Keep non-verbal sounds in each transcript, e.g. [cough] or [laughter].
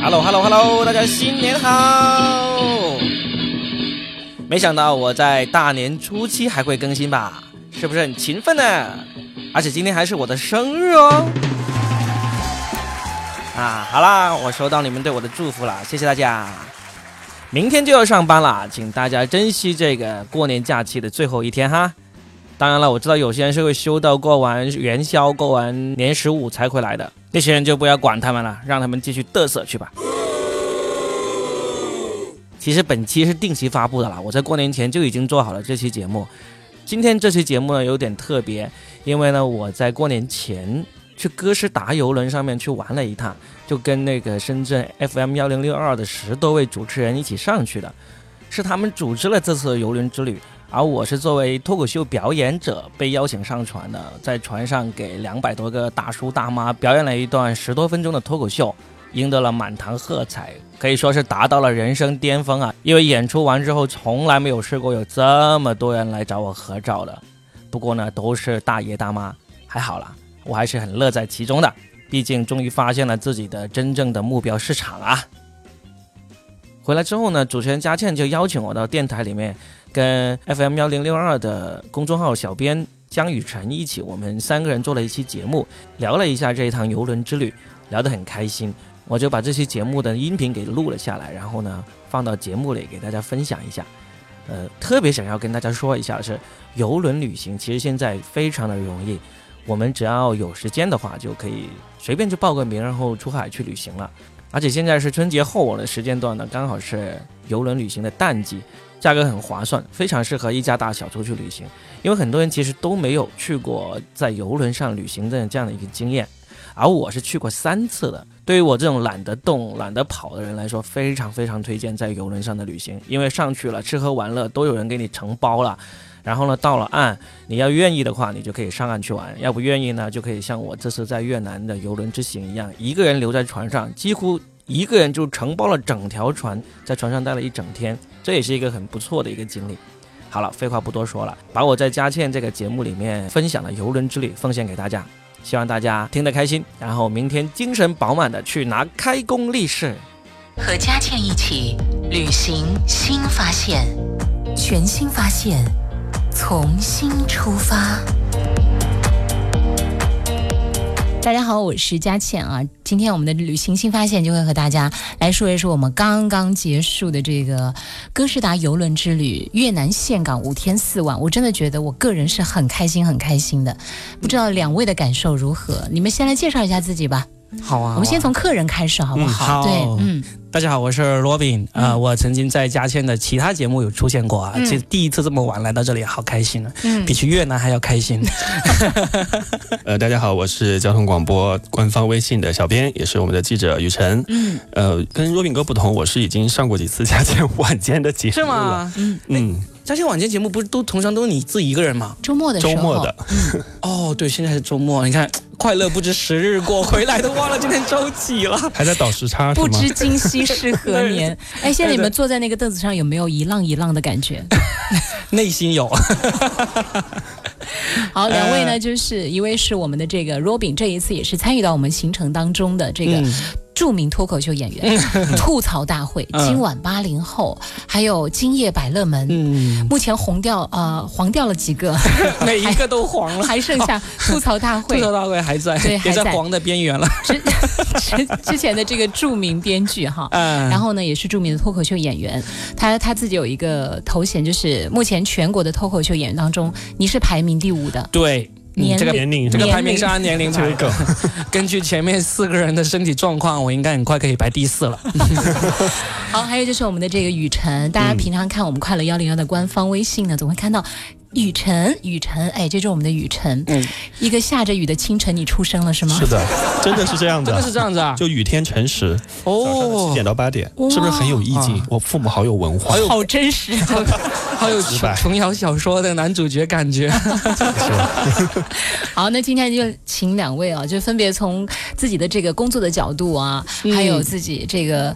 Hello Hello Hello，大家新年好！没想到我在大年初七还会更新吧？是不是很勤奋呢？而且今天还是我的生日哦！啊，好啦，我收到你们对我的祝福了，谢谢大家。明天就要上班了，请大家珍惜这个过年假期的最后一天哈。当然了，我知道有些人是会休到过完元宵、过完年十五才回来的，那些人就不要管他们了，让他们继续嘚瑟去吧。其实本期是定期发布的啦，我在过年前就已经做好了这期节目。今天这期节目呢有点特别，因为呢我在过年前去哥斯达游轮上面去玩了一趟，就跟那个深圳 FM 幺零六二的十多位主持人一起上去的，是他们组织了这次的游轮之旅，而我是作为脱口秀表演者被邀请上船的，在船上给两百多个大叔大妈表演了一段十多分钟的脱口秀。赢得了满堂喝彩，可以说是达到了人生巅峰啊！因为演出完之后，从来没有试过有这么多人来找我合照的。不过呢，都是大爷大妈，还好啦，我还是很乐在其中的。毕竟终于发现了自己的真正的目标市场啊！回来之后呢，主持人佳倩就邀请我到电台里面，跟 FM 幺零六二的公众号小编江雨晨一起，我们三个人做了一期节目，聊了一下这一趟游轮之旅，聊得很开心。我就把这期节目的音频给录了下来，然后呢放到节目里给大家分享一下。呃，特别想要跟大家说一下的是，游轮旅行其实现在非常的容易，我们只要有时间的话，就可以随便就报个名，然后出海去旅行了。而且现在是春节后的时间段呢，刚好是游轮旅行的淡季，价格很划算，非常适合一家大小出去旅行。因为很多人其实都没有去过在游轮上旅行的这样的一个经验。而我是去过三次的。对于我这种懒得动、懒得跑的人来说，非常非常推荐在游轮上的旅行，因为上去了，吃喝玩乐都有人给你承包了。然后呢，到了岸，你要愿意的话，你就可以上岸去玩；要不愿意呢，就可以像我这次在越南的游轮之行一样，一个人留在船上，几乎一个人就承包了整条船，在船上待了一整天，这也是一个很不错的一个经历。好了，废话不多说了，把我在佳倩这个节目里面分享的游轮之旅奉献给大家。希望大家听得开心，然后明天精神饱满的去拿开工立誓。和佳倩一起旅行新发现，全新发现，从新出发。大家好，我是佳倩啊。今天我们的旅行新发现就会和大家来说一说我们刚刚结束的这个哥斯达游轮之旅，越南岘港五天四晚。我真的觉得我个人是很开心，很开心的。不知道两位的感受如何？你们先来介绍一下自己吧。好啊，我们先从客人开始，好不好？嗯好对，嗯，大家好，我是罗宾。呃，嗯我曾经在佳倩的其他节目有出现过啊，嗯这、第一次这么晚来到这里，好开心啊，嗯比去越南还要开心。呃，大家好，我是交通广播官方微信的小编，也是我们的记者雨晨。嗯，呃，跟若饼哥不同，我是已经上过几次佳 [laughs] 倩晚间的节目是了。吗？嗯，佳倩晚间节目不是都通常都是你自己一个人吗？周末的时候，周末的，哦，对，现在是周末，你看 [laughs] 快乐不知时日过，回来都忘了今天周几了。 [laughs] 还在倒时差是 [laughs] 不吗？知今夕是何 [laughs] 年。哎，现在你们坐在那个凳子上，有没有一浪一浪的感 [laughs] 觉？ [laughs] 内心有，好，两位呢，就是一位是我们的这个 Robin，这一次也是参与到我们行程当中的这个嗯，著名脱口秀演员、吐槽大会、嗯今晚八零后，还有今夜百乐门。嗯目前红掉呃黄掉了几个， [laughs] 每一个都黄了。还剩下吐槽大哦吐会槽大会还在，对还也在在黄的边缘了。之 [laughs] 之之前的这个著名编 [laughs] 剧哈。嗯，然后呢，也是著名的脱口秀演员，他他自己有一个头衔，就是目前全国的脱口秀演员当中，你是排名第五的。对，嗯、年这个龄年龄这个年排名龄是按年龄排的。根据前面四个人的身体状况，我应该很快可以排第四了。好，还有就是我们的这个雨辰，大嗯家平常看我们快乐幺零幺的官方微信呢，总会看到雨辰，雨辰，哎，这就是我们的雨辰，嗯，一个下着雨的清晨，你出生了是 [laughs] 吗？是的，真的是这样真的的。是这样子啊？就雨天晨时，早上的七哦啊点，到八点，是不是很有意境？我父母好有文哎化，好真实， [laughs] 好有直琼白琼瑶小说的男主角感觉。好，那今天就请两位啊，就分别从自己的这个工作的角度啊，嗯还有自己这个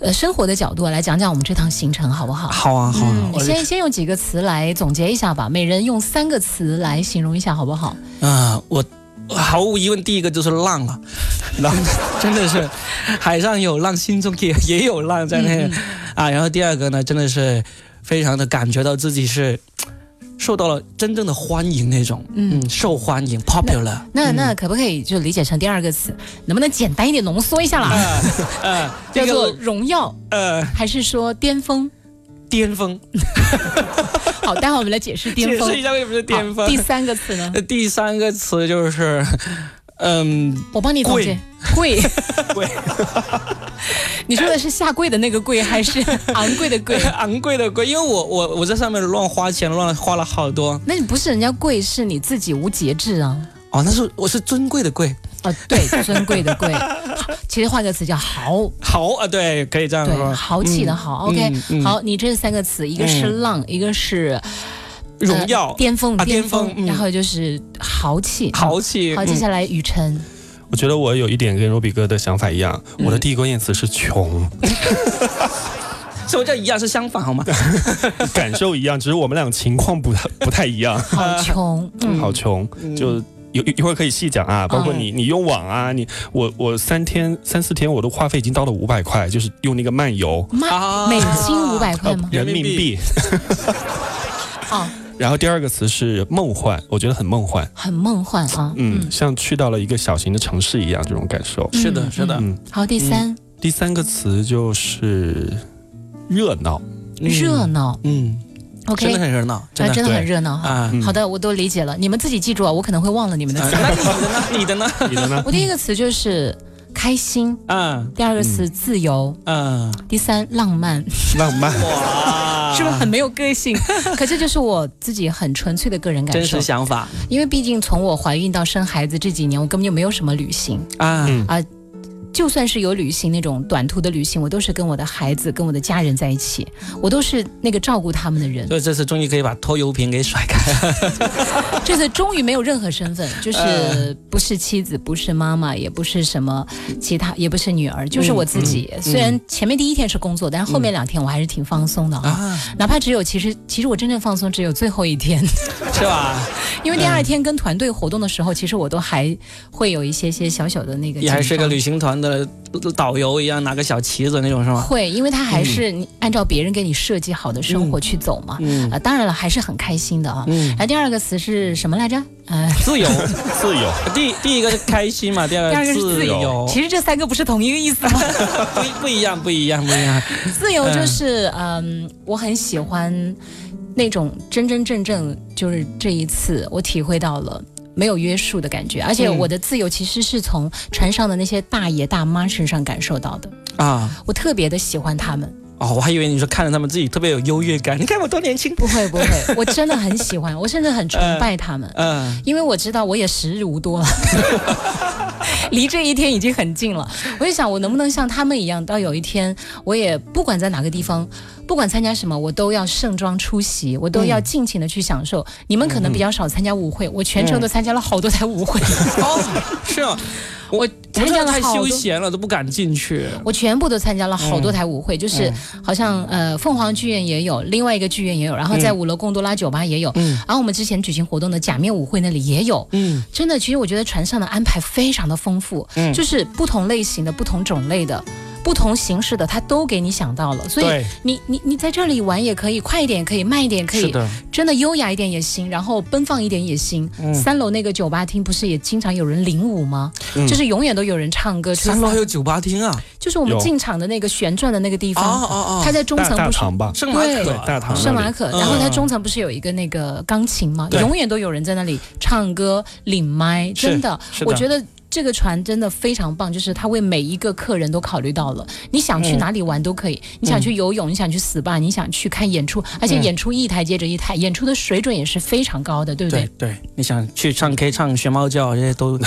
呃生活的角度啊来讲讲我们这趟行程好不好？好啊，好啊，嗯，我先先用几个词来总结一下吧，每人用三个词来形容一下好不好？啊，我毫无疑问，第一个就是浪了， [laughs] 浪真的是海上有浪，心中也也有浪在那、嗯啊。然后第二个呢，真的是非常的感觉到自己是受到了真正的欢迎那种，嗯嗯，受欢迎，popular。那那可不可以就理解成第二个词？能不能简单一点浓缩一下啦？呃呃，啊叫 [laughs] 这个做荣耀，呃还是说巅 [laughs] 峰？巅峰，好，待会儿我们来解释巅峰解。释一下为什么是巅好峰呃第。三个词呢那？第三个词就是，嗯， [laughs] 我帮你总结。贵贵， [laughs] 你说的是下跪的那个贵，还是昂贵的贵？ [laughs] 昂贵的贵，因为我我我在上面乱花钱，乱花了好多。那你不是人家贵，是你自己无节制啊！哦，那是我是尊贵的贵，啊，对，尊贵的贵，其实换个词叫豪，豪啊，对，可以这样对，说，豪气的豪。OK，嗯嗯好，你呃这三个词，一个是浪，一个是荣耀呃、巅峰、啊巅峰，峰嗯然后就是豪气。嗯豪气，嗯好，接下来雨 [laughs] 辰，我觉得我有一点跟罗比哥的想法一样，嗯我的第一关键词是穷，嗯什么叫一样是相反好吗？感受一样，只是我们俩情况不太不太一样。好穷，啊嗯，好穷，就有一一会儿可以细讲啊，包括哦你你用网啊，你我我三天三四天我的话费已经到了五百块，就是用那个漫游。慢。啊美金五百块吗？人民人民币币，啊，然后第二个词是梦幻，我觉得很梦幻，很梦幻啊。嗯，像去到了一个小型的城市一样，这种感受。是的，是的，嗯，好，第三，第三个词就是热闹，热闹。嗯，真的 OK，很热闹，啊，真的真的很对热闹哈。啊。嗯好的，我都理解了。你们自己记住啊，我可能会忘了你们的词。 [laughs] 那你的呢？你的呢？你 [laughs] 的呢？我第一个词就是开心，嗯第二个词自由，嗯，第三浪漫，浪漫，哇，是不是很没有个性？ [laughs] 可这就是我自己很纯粹的个人感真受实。想法因为毕竟从我怀孕到生孩子这几年，我根本就没有什么旅行。啊？嗯就算是有旅行那种短途的旅行，我都是跟我的孩子、跟我的家人在一起，我都是那个照顾他们的人。所以这次终于可以把拖油瓶给甩开了。这次终于没有任何身 [laughs] 份，就是呃不是妻子，不是妈妈，也不是什么其他，也不是女儿，就是我自己。虽然前面第一天是工作，但是后面两天我还是挺放松的啊。啊，哪怕只有其实其实我真正放松只有最后一天，是吧？因为第二天跟团队活动的时候，其实我都还会有一些些小小的那个也还是个紧张旅行团的导游一样，拿个小旗子那种是吗？会，因为他还是你按照别人给你设计好的生活去走嘛。 [laughs] 嗯啊，当然了，还是很开心的啊。嗯，啊，第二个词是什么来着？呃，自由。 [laughs] 自由，第第一个是开心嘛，第二第二个个是自自由，其实这三个不是同一个意思 [laughs] 吗？不不一样，不一样，不一样。自由就是，嗯，我很喜欢那种真真正正，就是这一次我体会到了。没有约束的感觉，而且嗯我的自由其实是从船上的那些大爷大妈身上感受到的，啊，我特别的喜欢他们。哦，我还以为你说看着他们自己特别有优越感，你看我多年轻。不会不会，我真的很喜欢，我甚至很崇拜他们，嗯因为我知道我也时日无多了， [laughs] 离这一天已经很近了。我就想，我能不能像他们一样，到有一天，我也不管在哪个地方，不管参加什么，我都要盛装出席，我都要尽情的去享受。你们可能比较少参加舞会，我全程都参加了好多台舞会，哦， [laughs] 是啊，我我参加真的了太哎好休多。闲了，都不敢进去。我全部都参加了好多台舞会，嗯就是好像呃凤凰剧院也有，另外一个剧院也有，然后在五楼贡多拉酒吧也有，嗯然后我们之前举行活动的假面舞会那里也有。嗯真的，其实我觉得船上的安排非常的丰富，嗯就是不同类型的、不同种类的、不同形式的，它都给你想到了。所以对，你你你在这里玩也可以，快一点也可以，慢一点也可是以，的，真的优雅一点也行，然后奔放一点也行。嗯三楼那个酒吧厅不是也经常有人领舞吗？嗯就是永远都有人唱歌。嗯三楼还有酒吧厅啊。就是我们有进场的那个旋转的那个地哦方，哦它哦，在中大层大不是堂吧，圣马可对大堂圣马可，嗯然后它中层不是有一个那个钢琴吗？对永远都有人在那里唱歌、领麦，是真的，是的我觉得。这个船真的非常棒，就是它为每一个客人都考虑到了。你想嗯去哪里玩都可以，你想去游泳，你想去 SPA，你想去看演出，而且嗯演出一台接着一台，演出的水准也是非常高的，对不对对，你想去唱 K、唱学猫叫这些都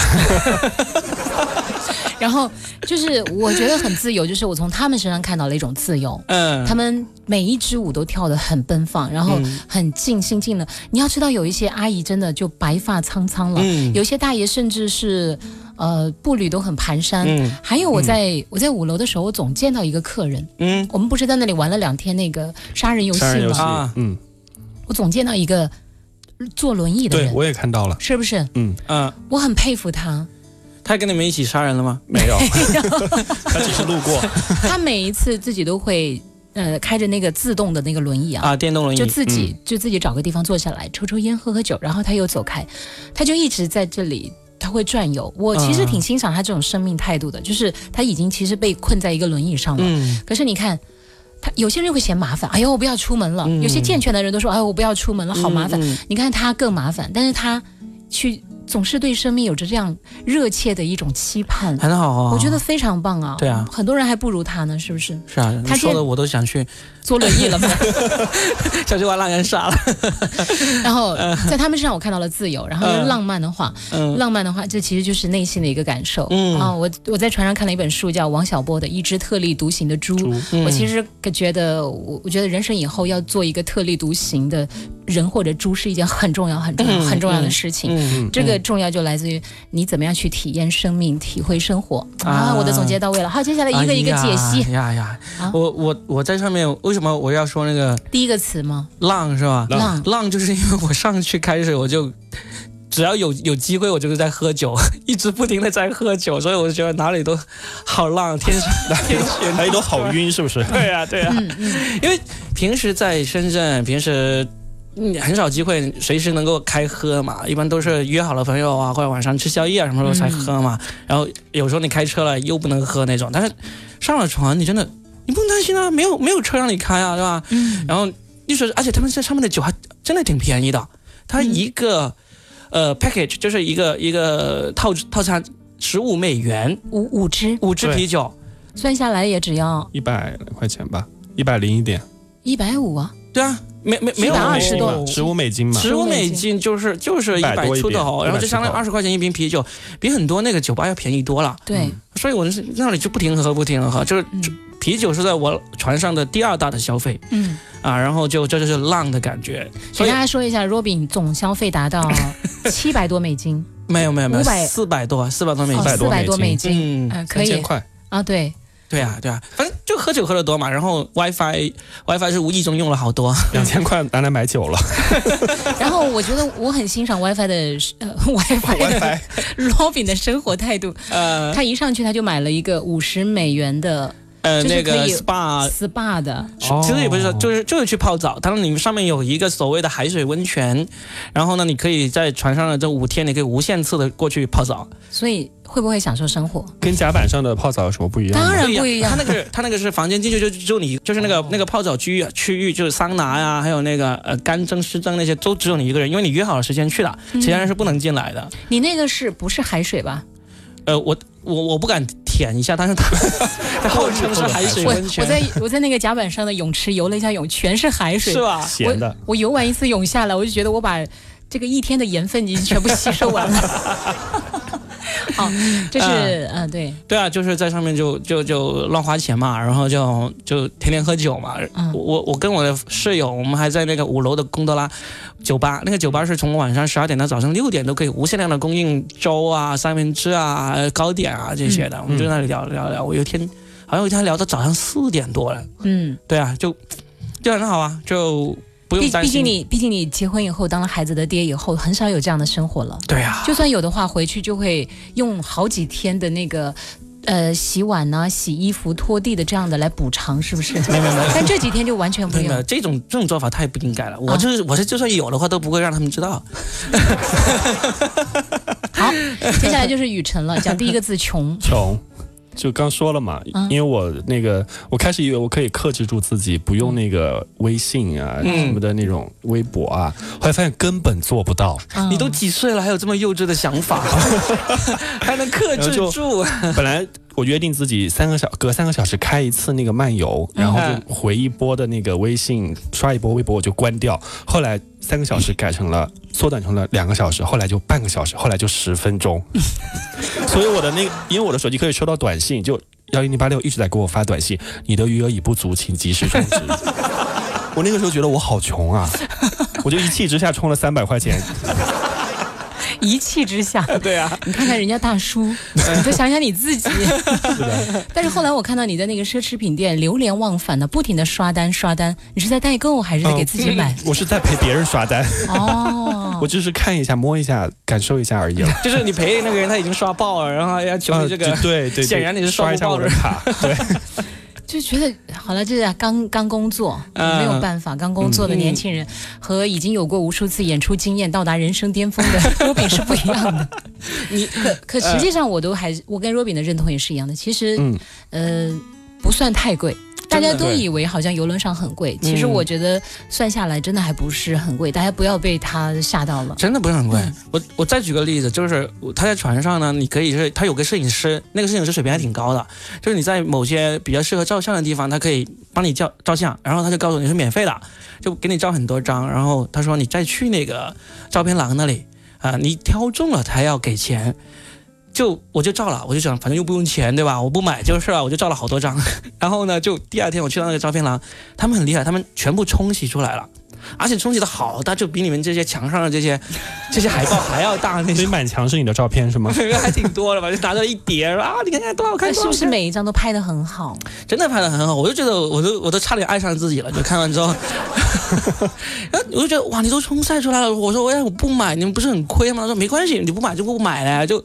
然后就是我觉得很自由，就是我从他们身上看到了一种自由。 [laughs] 嗯他们每一支舞都跳得很奔放，然后很尽心尽了。你要知道，有一些阿姨真的就白发苍苍了，嗯有一些大爷甚至是呃步履都很蹒跚。嗯还有我在、我在五楼的时候，我总见到一个客人，嗯我们不是在那里玩了两天那个杀人游戏三人游戏吗？啊，嗯，我总见到一个坐轮椅的对人，我也看到了，是不是？嗯，嗯、我很佩服他，他跟你们一起杀人了吗？没有，他只是路过，他每一次自己都会呃开着那个自动的那个轮椅啊。啊，电动轮就椅。自己、就自己找个地方坐下来抽抽烟喝喝酒，然后他又走开，他就一直在这里，他会转悠。我其实嗯挺欣赏他这种生命态度的，就是他已经其实被困在一个轮椅上了，嗯，可是你看，他有些人会嫌麻烦，哎呦，我不要出门了。嗯有些健全的人都说，哎呦，我不要出门了，好麻烦。嗯。你看他更麻烦，但是他去总是对生命有着这样热切的一种期盼嗯，很好啊、我觉得非常棒啊。对啊很多人还不如他呢，是不是？是啊，他你说现的我都想去， [laughs] 坐轮椅了嘛。想去把那人杀了。 [laughs] [laughs] 然后在他们身上我看到了自由，然后就是嗯浪漫的话，嗯浪漫的话，这其实就是内心的一个感受。嗯啊，我我在船上看了一本书，叫王小波的《一只特立独行的猪》。嗯我其实觉得，我我觉得人生以后要做一个特立独行的人或者猪，是一件很重要、很重要、嗯很重要的嗯事情。嗯，这个重要就来自于你怎么样去体验生命、体会生活啊！啊我的总结到位了，好，接下来一个一个解析。哎呀呀啊呀！我我我在上面为什么我要说那个第一个词吗？浪是吧？浪浪。浪就是因为我上去开始我就。只要有有机会，我就是在喝酒，一直不停的在喝酒，所以我就觉得哪里都好浪，天上天旋哎，都好晕，是不是？ [laughs] 对啊，对啊，嗯嗯，平时在深圳，平时嗯很少机会随时能够开喝嘛，一般都是约好了朋友啊，或者晚上吃宵夜啊什么时候才喝嘛。然后有时候你开车了又不能喝那种，但是上了船你真的你不用担心啊，没有没有车让你开啊，对吧？嗯然后就是，而且他们这上面的酒还真的挺便宜的，它嗯一个、呃 package 就是一个一个套套餐十五美元，五五支五支对啤酒。算下来也只要一百块钱吧，一百零一点，一百五啊，对啊，没没没有120多十五美金嘛，十五15美美金金就是就是一100百多一出点头，然后就相当于100二十块钱一瓶啤酒，比很多那个酒吧要便宜多了。对，所以我是那里就不停地喝，不停地喝，就是嗯啤酒是在我船上的第二大的消费嗯，啊。然后就这就是浪的感觉，给所以大家说一下，Robin 总消费 [laughs] 达到七百多美金，没有没有没有500四百多四百多美金哦，， 400四多百多美美金嗯啊，可三千以块，啊，对，对啊，对啊，反正就喝酒喝的多嘛，然后 WiFi WiFi 是无意中用了好多， [laughs] 两千块拿来买 [laughs] 酒了然后我觉得我很欣赏 WiFi 的 [laughs] 呃 WiFi 的，WiFi [laughs] Robin 的生活态度。呃他一上去他就买了一个五十美元的呃就是那可个以 SPA。 SPA 的，哦其实也不是，就是就是去泡澡。当然，你们上面有一个所谓的海水温泉，然后呢，你可以在船上的这五天，你可以无限次的过去泡澡。所以会不会享受生活？跟甲板上的泡澡有什么不一样啊吗？当然不一样哦他那个他那个是房间进去就就你就是那个、那个泡澡区域区域就是桑拿呀、还有那个呃干蒸湿蒸那些都只有你一个人，因为你约好了时间去的，嗯其他人是不能进来的。你那个是不是海水吧？呃，我我我不敢舔一下，但是 [laughs] 它它号称是海水我温我泉，在我在那个甲板上的泳池游了一下泳，全是海水是。吧？咸的，我游完一次泳下来，我就觉得我把这个一天的盐分已经全部吸收完了。好，这是嗯、对，对啊，就是在上面就就就乱花钱嘛，然后就就天天喝酒嘛。嗯我我我跟我的室友，我们还在那个五楼的贡多拉酒吧，那个酒吧是从晚上十二点到早上六点都可以无限量的供应粥啊、三明治啊、糕点啊这些的。嗯我们就在那里聊聊聊，我有一天好像有一天聊到早上四点多了。嗯，对啊，就就很好啊，就不用毕担毕心。竟你毕竟你结婚以后当了孩子的爹以后，很少有这样的生活了。对啊，就算有的话，回去就会用好几天的那个。呃，洗碗呐、洗衣服、拖地的这样的来补偿，是不是？没有没有。但这几天就完全不没有，用。啊这种这种做法太不应该了。我就是、我是，就算有的话，都不会让他们知道。好，接下来就是雨辰了，讲第一个字穷。穷。就刚说了嘛，嗯因为我那个，我开始以为我可以克制住自己，不用那个微信啊、嗯什么的那种微博啊，后来发现根本做不到。嗯 [laughs] 你都几岁了，还有这么幼稚的想 [laughs] 法，还能克制住？本来我约定自己三个小隔三个小时开一次那个漫游，然后就回一波的那个微信，刷一波微博我就关掉。后来三个小时改成了缩短成了两个小时，后来就半个小时，后来就十分钟。所以我的那个，因为我的手机可以收到短信，就幺零零八六一直在给我发短信，你的余额已不足，请及时充值。我那个时候觉得我好穷啊，我就一气之下充了三百块钱，一气之下， [laughs] 对啊，你看看人家大叔，你再想想你自己。但是后来我看到你在那个奢侈品店流连忘返的，不停的刷单刷单，你是在代购还是在给自己买？我是在陪别人刷单。哦， [laughs] 哦我就是看一下、摸一下、感受一下而已了。就是你陪那个人他已经刷爆了，然后要求啊你这个就对对，对显然你是刷不刷一下爆我的的卡，对，就觉得好了，这是刚刚工作，嗯没有办法，刚工作的年轻人和已经有过无数次演出经验、到达人生巅峰的若饼是不一样的。你可可实际上，我都还是我跟若饼的认同也是一样的。其实，嗯呃，不算太贵。大真的家都对以为好像游轮上很贵，其实嗯我觉得算下来真的还不是很贵，大家不要被它吓到了。真的不是很贵嗯。我我再举个例子，就是我他在船上呢，你可以是他有个摄影师，那个摄影师水平还挺高的，就是你在某些比较适合照相的地方，他可以帮你照照相，然后他就告诉你是免费的，就给你照很多张，然后他说你再去那个照片廊那里啊、你挑中了才要给钱。就我就照了，我就想反正又不用钱，对吧？我不买就是了，我就照了好多张。 [laughs] 然后呢，就第二天我去到那个照片廊，他们很厉害，他们全部冲洗出来了，而且冲洗的好大，就比你们这些墙上的这些这些海报还要大那 [laughs] 所以种，满墙是你的照片 [laughs] 是吗？还挺多的吧？就拿着一叠啊，你看看多好看，那哎是不是多好看每一张都拍得很好？真的拍的很好，我就觉得我都我都差点爱上自己了。就看完之后，然后我就觉得哇，你都冲晒出来了。我说我要我不买，你们不是很亏吗？他说没关系，你不买就不买了，就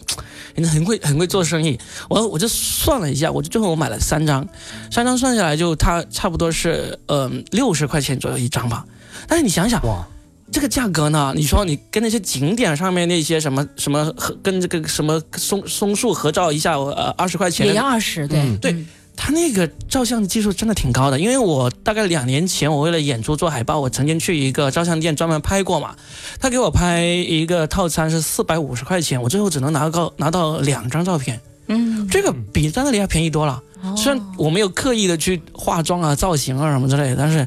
人家很会很会做生意。我我就算了一下，我就最后我买了三张，三张算下来就它差不多是嗯六十块钱左右一张吧。但是你想想，哇，这个价格呢？你说你跟那些景点上面那些什么什么和跟这个什么松松树合照一下，呃，二十块钱也的要二十，对、嗯对他那个照相技术真的挺高的，因为我大概两年前，我为了演出做海报，我曾经去一个照相店专门拍过嘛。他给我拍一个套餐是四百五十块钱，我最后只能拿到拿到两张照片，嗯，这个比在那里要便宜多了。哦虽然我没有刻意的去化妆啊、造型啊什么之类的，但是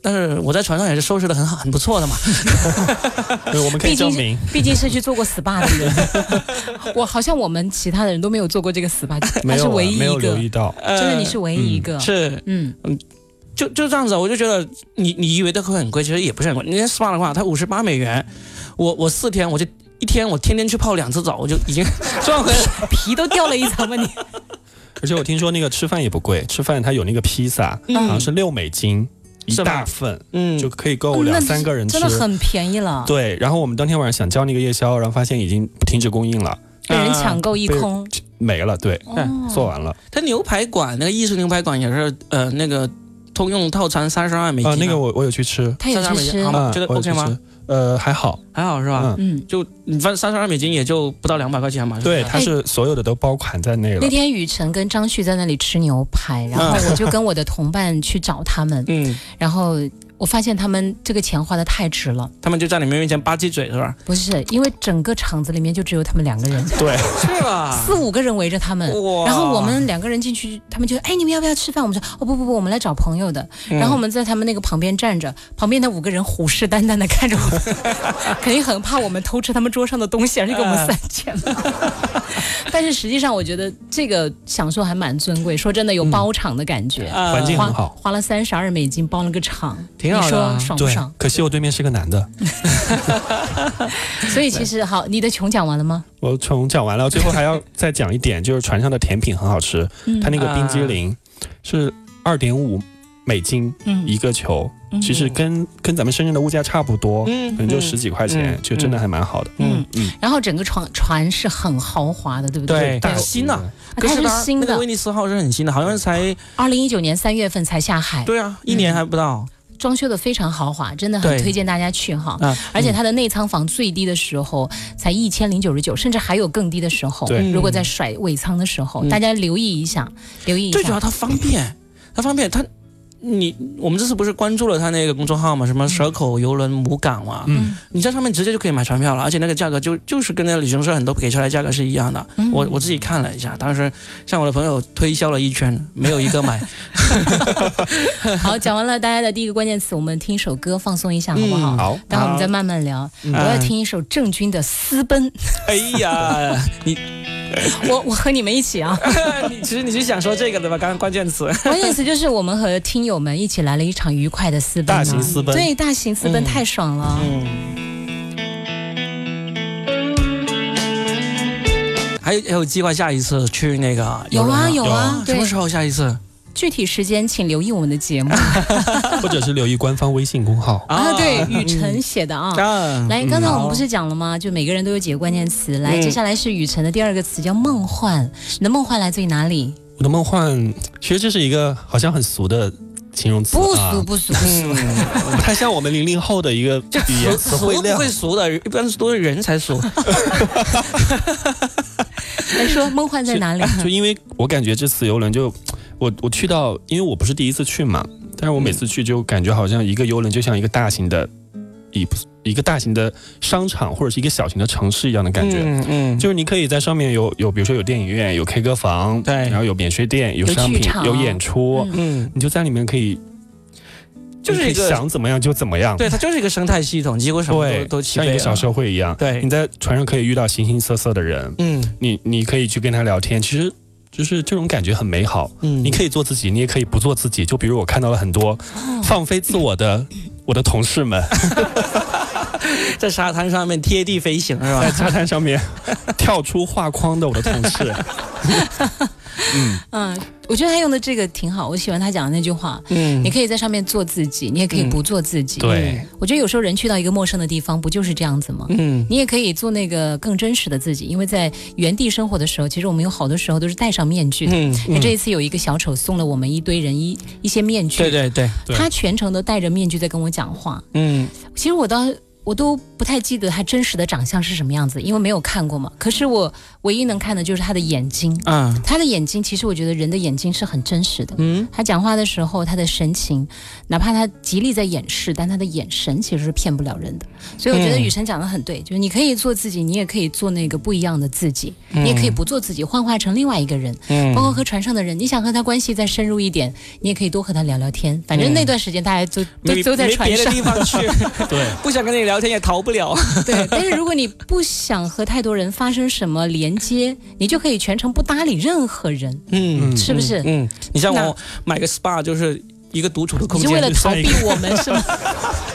但是我在船上也是收拾的很好、很不错的嘛。对我们可以毕竟证是明。毕竟是去做过 SPA 的人， [laughs] 我好像我们其他的人都没有做过这个 SPA，他没是有啊唯一没有一留个，意到，呃真的你是唯一一个，是嗯，就就这样子，我就觉得你你以为的会很贵，其实也不是很贵。人家 SPA 的话，它五十八美元，我我四天我就一天我天天去泡两次澡，我就已经赚回来了。 [laughs] 皮都掉了一层吧你，而且我听说那个吃饭也不贵，吃饭它有那个披萨，好像嗯是六美金一是吗大份，嗯，就可以够两那三个人吃真。的很便宜了，对，然后我们当天晚上想叫那个夜宵，然后发现已经停止供应了，被人啊抢购一被空，没了。对，哦做完了。它牛排馆那个意式牛排馆也是呃那个通用套餐三十二美金、啊，那个我我有去吃，他也在那去里吃好，吗啊，觉得我有去 OK 吗吃？呃，还好，还好是吧？嗯，嗯。就你反正三十二美金也就不到两百块钱嘛。是不对，是它是所有的都包含在内了那。天雨辰跟张旭在那里吃牛排，然后我就跟我的同伴去找他们，嗯，然后我发现他们这个钱花的太值了，他们就在你们面前吧唧嘴是吧？不是因为整个场子里面就只有他们两个人，对，是吧？四五个人围着他们，啊哇！然后我们两个人进去，他们就哎，你们要不要吃饭？我们说哦不不不，我们来找朋友的。嗯，然后我们在他们那个旁边站着，旁边那五个人虎视眈眈的看着 [laughs] 我们，肯定很怕我们偷吃他们桌上的东西，而且给我们哎散钱了。 [laughs] 但是实际上，我觉得这个享受还蛮尊贵。说真的，有包场的感觉，啊环境花很好花了三十二美金包了个场， [laughs] 挺好你的啊 [laughs] 说爽不对爽，？可惜我对面是个男的。所以其实好，你的穷讲完了吗？我从讲完了，最后还要再讲一点，就是船上的甜品很好吃，嗯它那个冰激凌是二点五美金嗯一个球，嗯其实跟跟咱们深圳的物价差不多，嗯可能就十几块钱，嗯就真的还蛮好的。嗯嗯，然后整个船船是很豪华的，对不对？对大新啊啊可它是是新那个的威，尼斯号是很新的，好像才二零一九年三月份才下海，对啊，一年还不到。装修的非常豪华，真的很对推荐大家去哈。啊而且它的内舱房最低的时候才一千零九十九，甚至还有更低的时候。对如果在甩尾舱的时候，嗯大家留意一下，留意一最主要下。它方便，它方便，它你我们这次不是关注了它那个公众号嘛，什么蛇口游轮母港嘛，嗯，你在上面直接就可以买船票了，而且那个价格就就是跟那个旅行社很多给出来的价格是一样的。嗯我我自己看了一下，当时向我的朋友推销了一圈，没有一个买。 [laughs] 好，讲完了大家的第一个关键词，我们听一首歌放松一下，好不好？嗯好，待会我们再慢慢聊。我要听一首郑钧的《私奔》，哎呀，你我我和你们一起啊。 [laughs] 你其实你是想说这个对吧？刚刚关键词， [laughs] 关键词就是我们和听友们一起来了一场愉快的私奔啊，大型私奔对，大型私奔嗯太爽了。嗯。还有还有计划下一次去那个有轮啊吗有啊啊什么对啊时候下一次？具体时间请留意我们的节目或者是留意官方微信公号。啊。 [laughs] 对，嗯雨辰写的啊。啊，来，刚才我们好不是讲了吗？就每个人都有几个关键词。来，嗯接下来是雨辰的第二个词叫梦幻。你的梦幻来自于哪里？我的梦幻其实这是一个好像很俗的形容词不啊俗，不俗，不嗯 [laughs] 俗。不太像我们零零后的一个这嗯语俗言词汇俗不量会。俗的，一般都是人才俗。来哎说梦幻在哪里？哎就因为我感觉这次游轮就我我去到，因为我不是第一次去嘛，但是我每嗯次去就感觉好像一个游轮就像一个大型的，一一个大型的商场或者是一个小型的城市一样的感觉。嗯嗯，就是你可以在上面有有，比如说有电影院，有 K 歌房，对然后有免税店，有有商剧品，场有演出，嗯嗯，你就在里面可以，就是你一可以个，想怎么样就怎么样，对，它就是一个生态系统，几乎什么对都，都齐像备一了。个小社会一样。对你在船上可以遇到形形色色的人，嗯你你可以去跟他聊天，其实就是这种感觉很美好。嗯，你可以做自己，你也可以不做自己。就比如我看到了很多哦放飞自 [laughs] 我的我的同事们在沙滩上面贴地飞行是在吧？沙滩上面跳出画框的我的同事， [laughs] 嗯，我觉得他用的这个挺好，我喜欢他讲的那句话。嗯你，可以在上面做自己，你也可以不做自己。对，我觉得有时候人去到一个陌生的地方，不就是这样子吗？嗯，你也可以做那个更真实的自己，因为在原地生活的时候，其实我们有好多时候都是戴上面具的。嗯那、嗯这一次有一个小丑送了我们一堆人一一些面具，对对对，对他全程都戴着面具在跟我讲话。嗯其实我到我都不太记得他真实的长相是什么样子，因为没有看过嘛。可是我唯一能看的就是他的眼睛，啊，他的眼睛，其实我觉得人的眼睛是很真实的。嗯他讲话的时候，他的神情，哪怕他极力在掩饰，但他的眼神其实是骗不了人的。所以我觉得嗯雨辰讲的很对，就是你可以做自己，你也可以做那个不一样的自己，你也可以不做自己，幻化成另外一个人。嗯包括和船上的人，你想和他关系再深入一点，你也可以多和他聊聊天。反正嗯那段时间大家都都没都在没船别的上，地方 [laughs] 去，对，不想跟你聊天也逃不了。 [laughs] 对。但是如果你不想和太多人发生什么连接，你就可以全程不搭理任何人，嗯是不是？嗯，你像那我买个 SPA 就是一个独处的空你间，是为了逃算一避个我们是吗？ [laughs]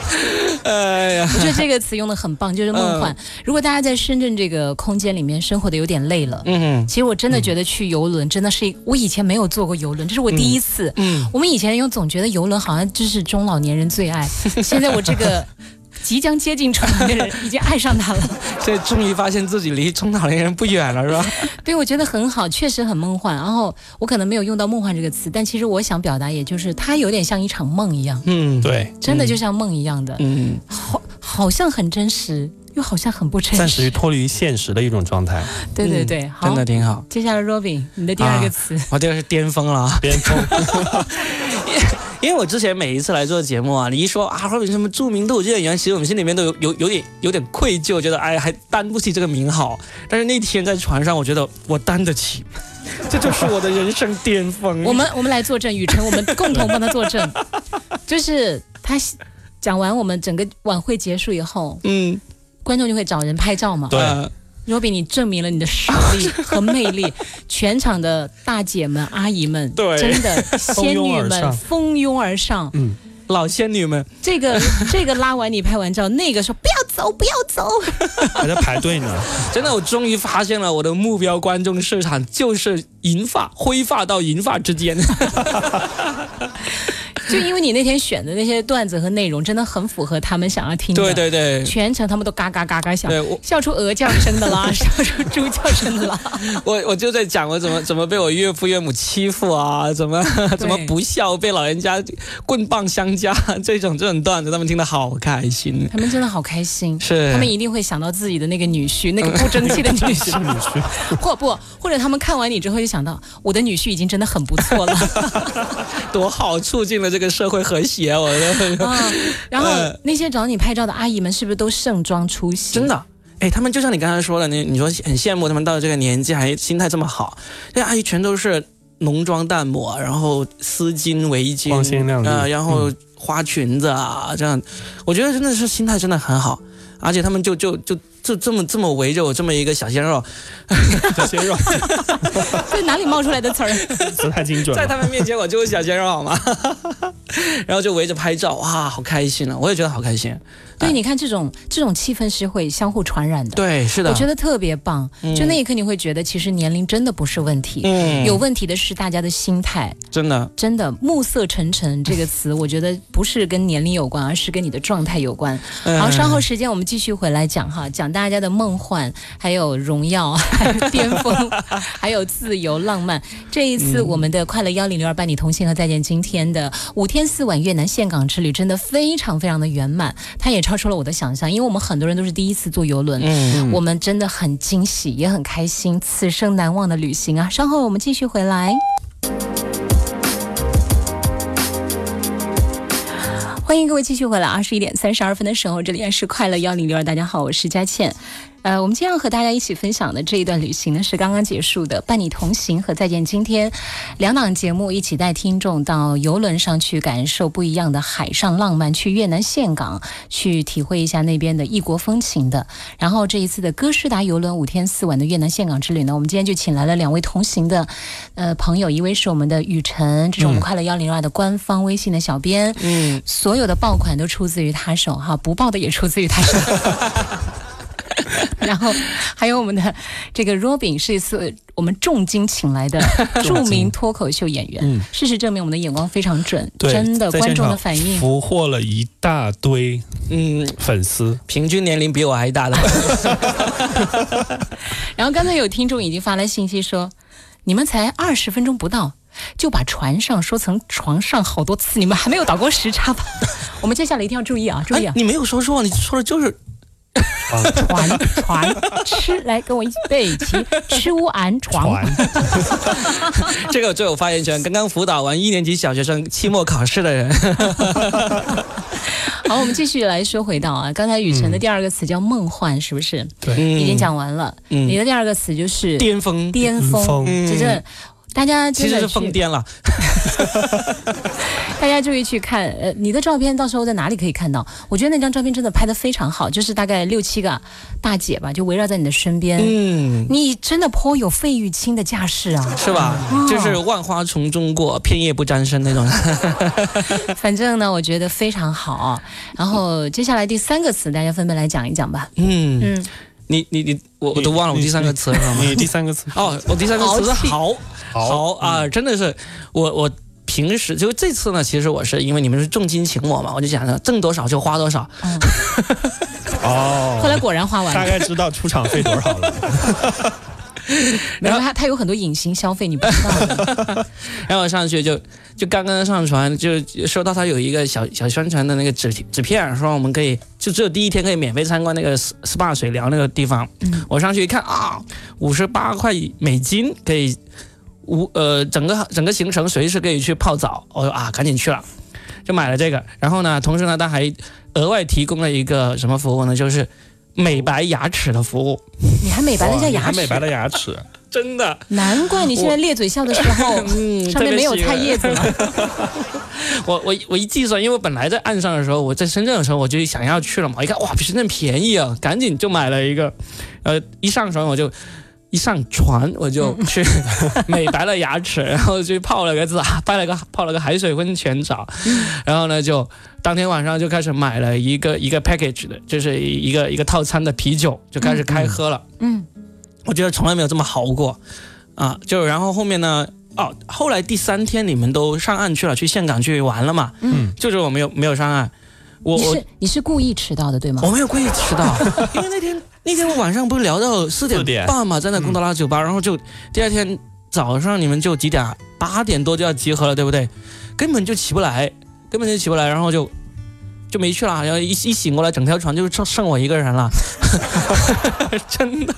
哎呀，我觉得这个词用的很棒，就是嗯梦幻。如果大家在深圳这个空间里面生活的有点累了，嗯其实我真的觉得去游轮真的是一，我以前没有坐过游轮，这是我第一次。嗯，我们以前又总觉得游轮好像就是中老年人最爱， [laughs] 现在我这个 [laughs] 即将接近中老年人已经爱上它 [laughs] 了。这终于发现自己离中老年人不远了，是 [laughs] 吧？对，我觉得很好，确实很梦幻。然后我可能没有用到梦幻这个词，但其实我想表达，也就是它有点像一场梦一样，嗯，对，真的就像梦一样的，嗯，好，好像很真实，又好像很不真实。暂时脱离现实的一种状态。对对嗯对，好。真的挺好。接下来，Robin，你的第二个啊词， [laughs] 我这个是巅峰了啊。边风因为我之前每一次来做节目啊，你一说啊，或者什么著名斗志演员，其实我们心里面都有有有点有点愧疚，觉得哎还担不起这个名号。但是那天在船上，我觉得我担得起，这就是我的人生巅峰。 [laughs] 我们我们来作证，雨辰，我们共同帮他作 [laughs] 证，就是他讲完我们整个晚会结束以后，嗯，观众就会找人拍照嘛。对呃 Robin，你证明了你的实力和魅 [laughs] 力，全场的大姐们、阿姨们，对真 [laughs] 的仙拥女而们上蜂拥而上。老仙女们，这个这个拉完你拍完照，那个说不要走，不要走。还在排队 [laughs] 呢，真的，我终于发现了我的目标观众市场就是银发、灰发到银发之间。就因为你那天选的那些段子和内容，真的很符合他们想要听的。 [laughs] 对对对，全程他们都嘎嘎嘎嘎响，对我笑出鹅叫声 [laughs] 的啦，笑出猪叫声的啦。我我就在讲我怎么怎么被我岳父岳母欺负啊，怎 [laughs] 么怎么不孝，被老人家棍棒相加这种这种段子，他们听得好开心。他们真的好开心，是他们一定会想到自己的那个女婿，那个不争气的女 [laughs] 婿，或不或者他们看完你之后就想到，我的女婿已经真的很不 [laughs] 错了多好，促进了这个社会和谐。我的啊。然后呃那些找你拍照的阿姨们是不是都盛装出席？真，的。哎，他们就像你刚才说的，你你说很羡慕他们到了这个年纪还心态这么好，这阿姨全都是浓妆淡抹，然后丝巾、围巾，光鲜亮丽嗯呃然后花裙子啊，这样，我觉得真的是心态真的很好，而且他们就就就这这么这么围着我这么一个小鲜肉，小鲜肉，这哪里冒出来的 [laughs] 词儿？词太精准在了。他们面前我就是小鲜肉好吗？ [laughs] 然后就围着拍照，哇，好开心啊！我也觉得好开心。对，你看这种这种气氛是会相互传染的。对，是的，我觉得特别棒。嗯就那一刻，你会觉得其实年龄真的不是问题，嗯有问题的是大家的心态。真的，真的“暮色沉沉”这个词，我觉得不是跟年龄有关，而是跟你的状态有关。嗯好，稍后时间我们继续回来讲哈，讲大家的梦幻，还有荣耀， [laughs] 还有巅 [laughs] 峰，还有自由浪漫。这一次嗯我们的快乐幺零六二伴你同行和再见，今天的五天四晚越南岘港之旅真的非常非常的圆满，它也超出了我的想象，因为我们很多人都是第一次坐游轮，嗯，我们真的很惊喜，也很开心，此生难忘的旅行啊！稍后我们继续回来。欢迎各位继续回来，二十一点三十二分的时候，这里还是快乐幺零六二，大家好，我是佳倩。呃，我们今天要和大家一起分享的这一段旅行呢，是刚刚结束的《伴你同行》和《再见今天》两档节目，一起带听众到游轮上去感受不一样的海上浪漫，去越南岘港去体会一下那边的异国风情的。然后这一次的歌诗达游轮五天四晚的越南岘港之旅呢，我们今天就请来了两位同行的呃朋友，一位是我们的雨辰，这是我们快乐幺零二的官方微信的小编，嗯，所有的爆款都出自于他手哈，不爆的也出自于他 [laughs] 手。然后还有我们的这个 Robin 是一次我们重金请来 [laughs] 的著名脱口秀演员。嗯事实证明我们的眼光非常准，对，真的在观现众的场反应俘获了一大堆嗯，粉丝，平均年龄比我还大的，然后刚才有听众已经发来信息说，你们才二十分钟不到。就把船上说成床上好多次，你们还没有倒过时差吧？ [laughs] 我们接下来一定要注意啊，注意哎啊！哎你没有说错，你说的就是船船吃，来跟我一起背齐，吃乌俺床团。 [laughs] 这个最有发言权。刚刚辅导完一年级小学生期末考试的人， [laughs] 好，我们继续来说回到啊，刚才雨辰的第二个词叫梦幻，是不是？嗯已经讲完了。嗯你的第二个词就是巅峰，巅峰，嗯峰就是大家其真实的是去疯癫了。大家注意去看，呃，你的照片到时候在哪里可以看到？我觉得那张照片真的拍得非常好，就是大概六七个大姐吧，就围绕在你的身边。嗯，你真的颇有费玉清的架势 [laughs] 啊！是吧？就是万花丛中过，片叶不沾身那种。反正呢，我觉得非常好。啊然后接下来第三个词，大家分别来讲一讲吧。嗯，嗯，你你你，我我都忘了我第三个词是什么。你第三个词哦，我第三个词是豪好豪啊，真的是我我平时就这次呢，其实我是因为你们是重金请我嘛，我就想着挣多少就花多少。哦，后来果然花完大了，概知道出场费多少了。然后他他有很多隐形消费，你不知道的。然后我上去就就刚刚上传，就收到他有一个小小宣传的那个纸纸片，说我们可以就只有第一天可以免费参观那个 S- SPA 水疗那个地方。嗯我上去一看啊，五十八块美金可以无呃整个整个行程随时可以去泡澡。我说啊，赶紧去了，就买了这个。然后呢，同时呢，他还额外提供了一个什么服务呢？就是美白牙齿的服务。你还美 [laughs] 白了一下牙还美白齿，了牙齿，真的，难怪你现在咧嘴笑的时 [laughs] 候，嗯上面没有菜叶子。子了。我我我一计算，因为我本来在岸上的时候，我在深圳的时候我就想要去了嘛，一看哇，比深圳便宜啊，赶紧就买了一个，呃，一上船我就。一上船我就嗯 [laughs] 去美白了牙齿，然后去泡了个澡， [laughs] 拍了个泡了个海水温泉澡，嗯然后呢就当天晚上就开始买了一个一个 package 的，就是一个一个套餐的啤酒，就开始开喝了。嗯，我觉得从来没有这么好过啊！就然后后面呢，哦，后来第三天你们都上岸去了，去岘港去玩了嘛？嗯，就是我没有没有上岸，我你我是你是故意迟到的对吗 [laughs] 我？没有故意迟到， [laughs] 因为那天那天晚上不是聊到四四点嗯点半嘛，在那贡多拉酒吧，然后就第二天早上你们就几点啊？八点多就要集合了，对不对？根本就起不来，根本就起不来，然后就。就没去了，然后一一醒过来，整条船就剩剩我一个人了， [laughs] 真的。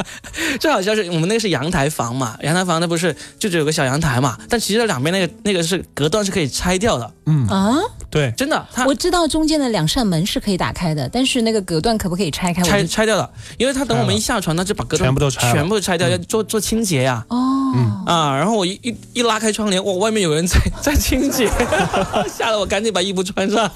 最好笑是我们那个是阳台房嘛，阳台房那不是就只有个小阳台嘛，但其实两边那个那个是隔断是可以拆掉的，嗯，啊，对，真的。它我知道中间的两扇门是可以打开的，但是那个隔断可不可以拆哎开？我拆就拆掉了，因为他等我们一下船，他就把隔断全部都拆了全部拆掉，要做做清洁呀、哦，嗯啊，然后我一一一拉开窗帘，哇，外面 [laughs] [laughs] 有人在在清洁，吓得我赶紧把衣服穿上。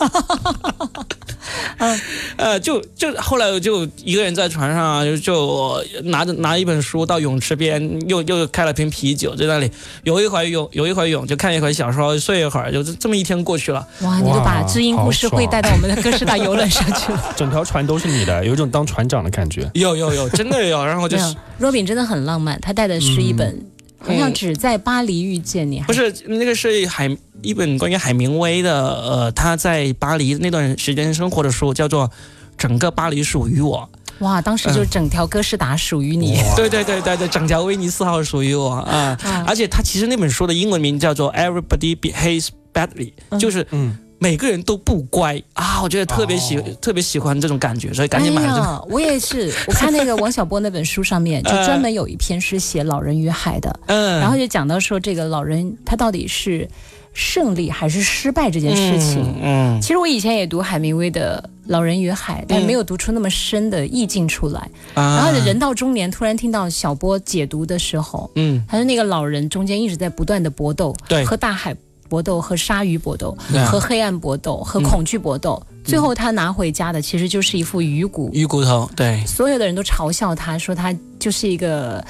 嗯，呃，就就后来我就一个人在船上啊，就就拿着拿一本书到泳池边，又又开了瓶啤酒，在那里游一会儿泳，游一会儿泳，就看一会儿小说，睡一会儿，就这这么一天过去了。哇，你都把哇知音故事好爽会带到我们的歌诗大游轮上去了。整条船都是你的，有一种当船长的感觉。有有有，真的有。然后就没 [laughs] 是有，Robin 真的很浪漫，他带的是一本、好像嗯只在巴黎遇见你，还不是那个是海一本关于海明威的，呃，他在巴黎那段时间生活的书，叫做《整个巴黎属于我》。哇，当时就整条歌诗达属于你。对对对对对，整条威尼斯号属于我啊！ [laughs] 啊而且他其实那本书的英文名叫做《Everybody Behaves Badly 嗯》，就是 [laughs] 嗯，每个人都不乖啊！我觉得特别喜、哦特别喜欢这种感觉，所以赶紧买了这本。哎呀我 [laughs] 也是，我看那个王小波那本书上面，就呃专门有一篇是写老人与海的，嗯，哎然后就讲到说这个老人他到底是胜利还是失败这件事情。嗯，嗯其实我以前也读海明威的《老人与海》，嗯但没有读出那么深的意境出来。啊然后人到中年，突然听到小波解读的时候，嗯，他说那个老人中间一直在不断的搏斗，对和大海搏斗，和鲨鱼搏斗，对啊和黑暗搏斗，和恐惧搏斗。嗯最后他拿回家的其实就是一副鱼骨。鱼骨头，对所有的人都嘲笑他，说他就是一个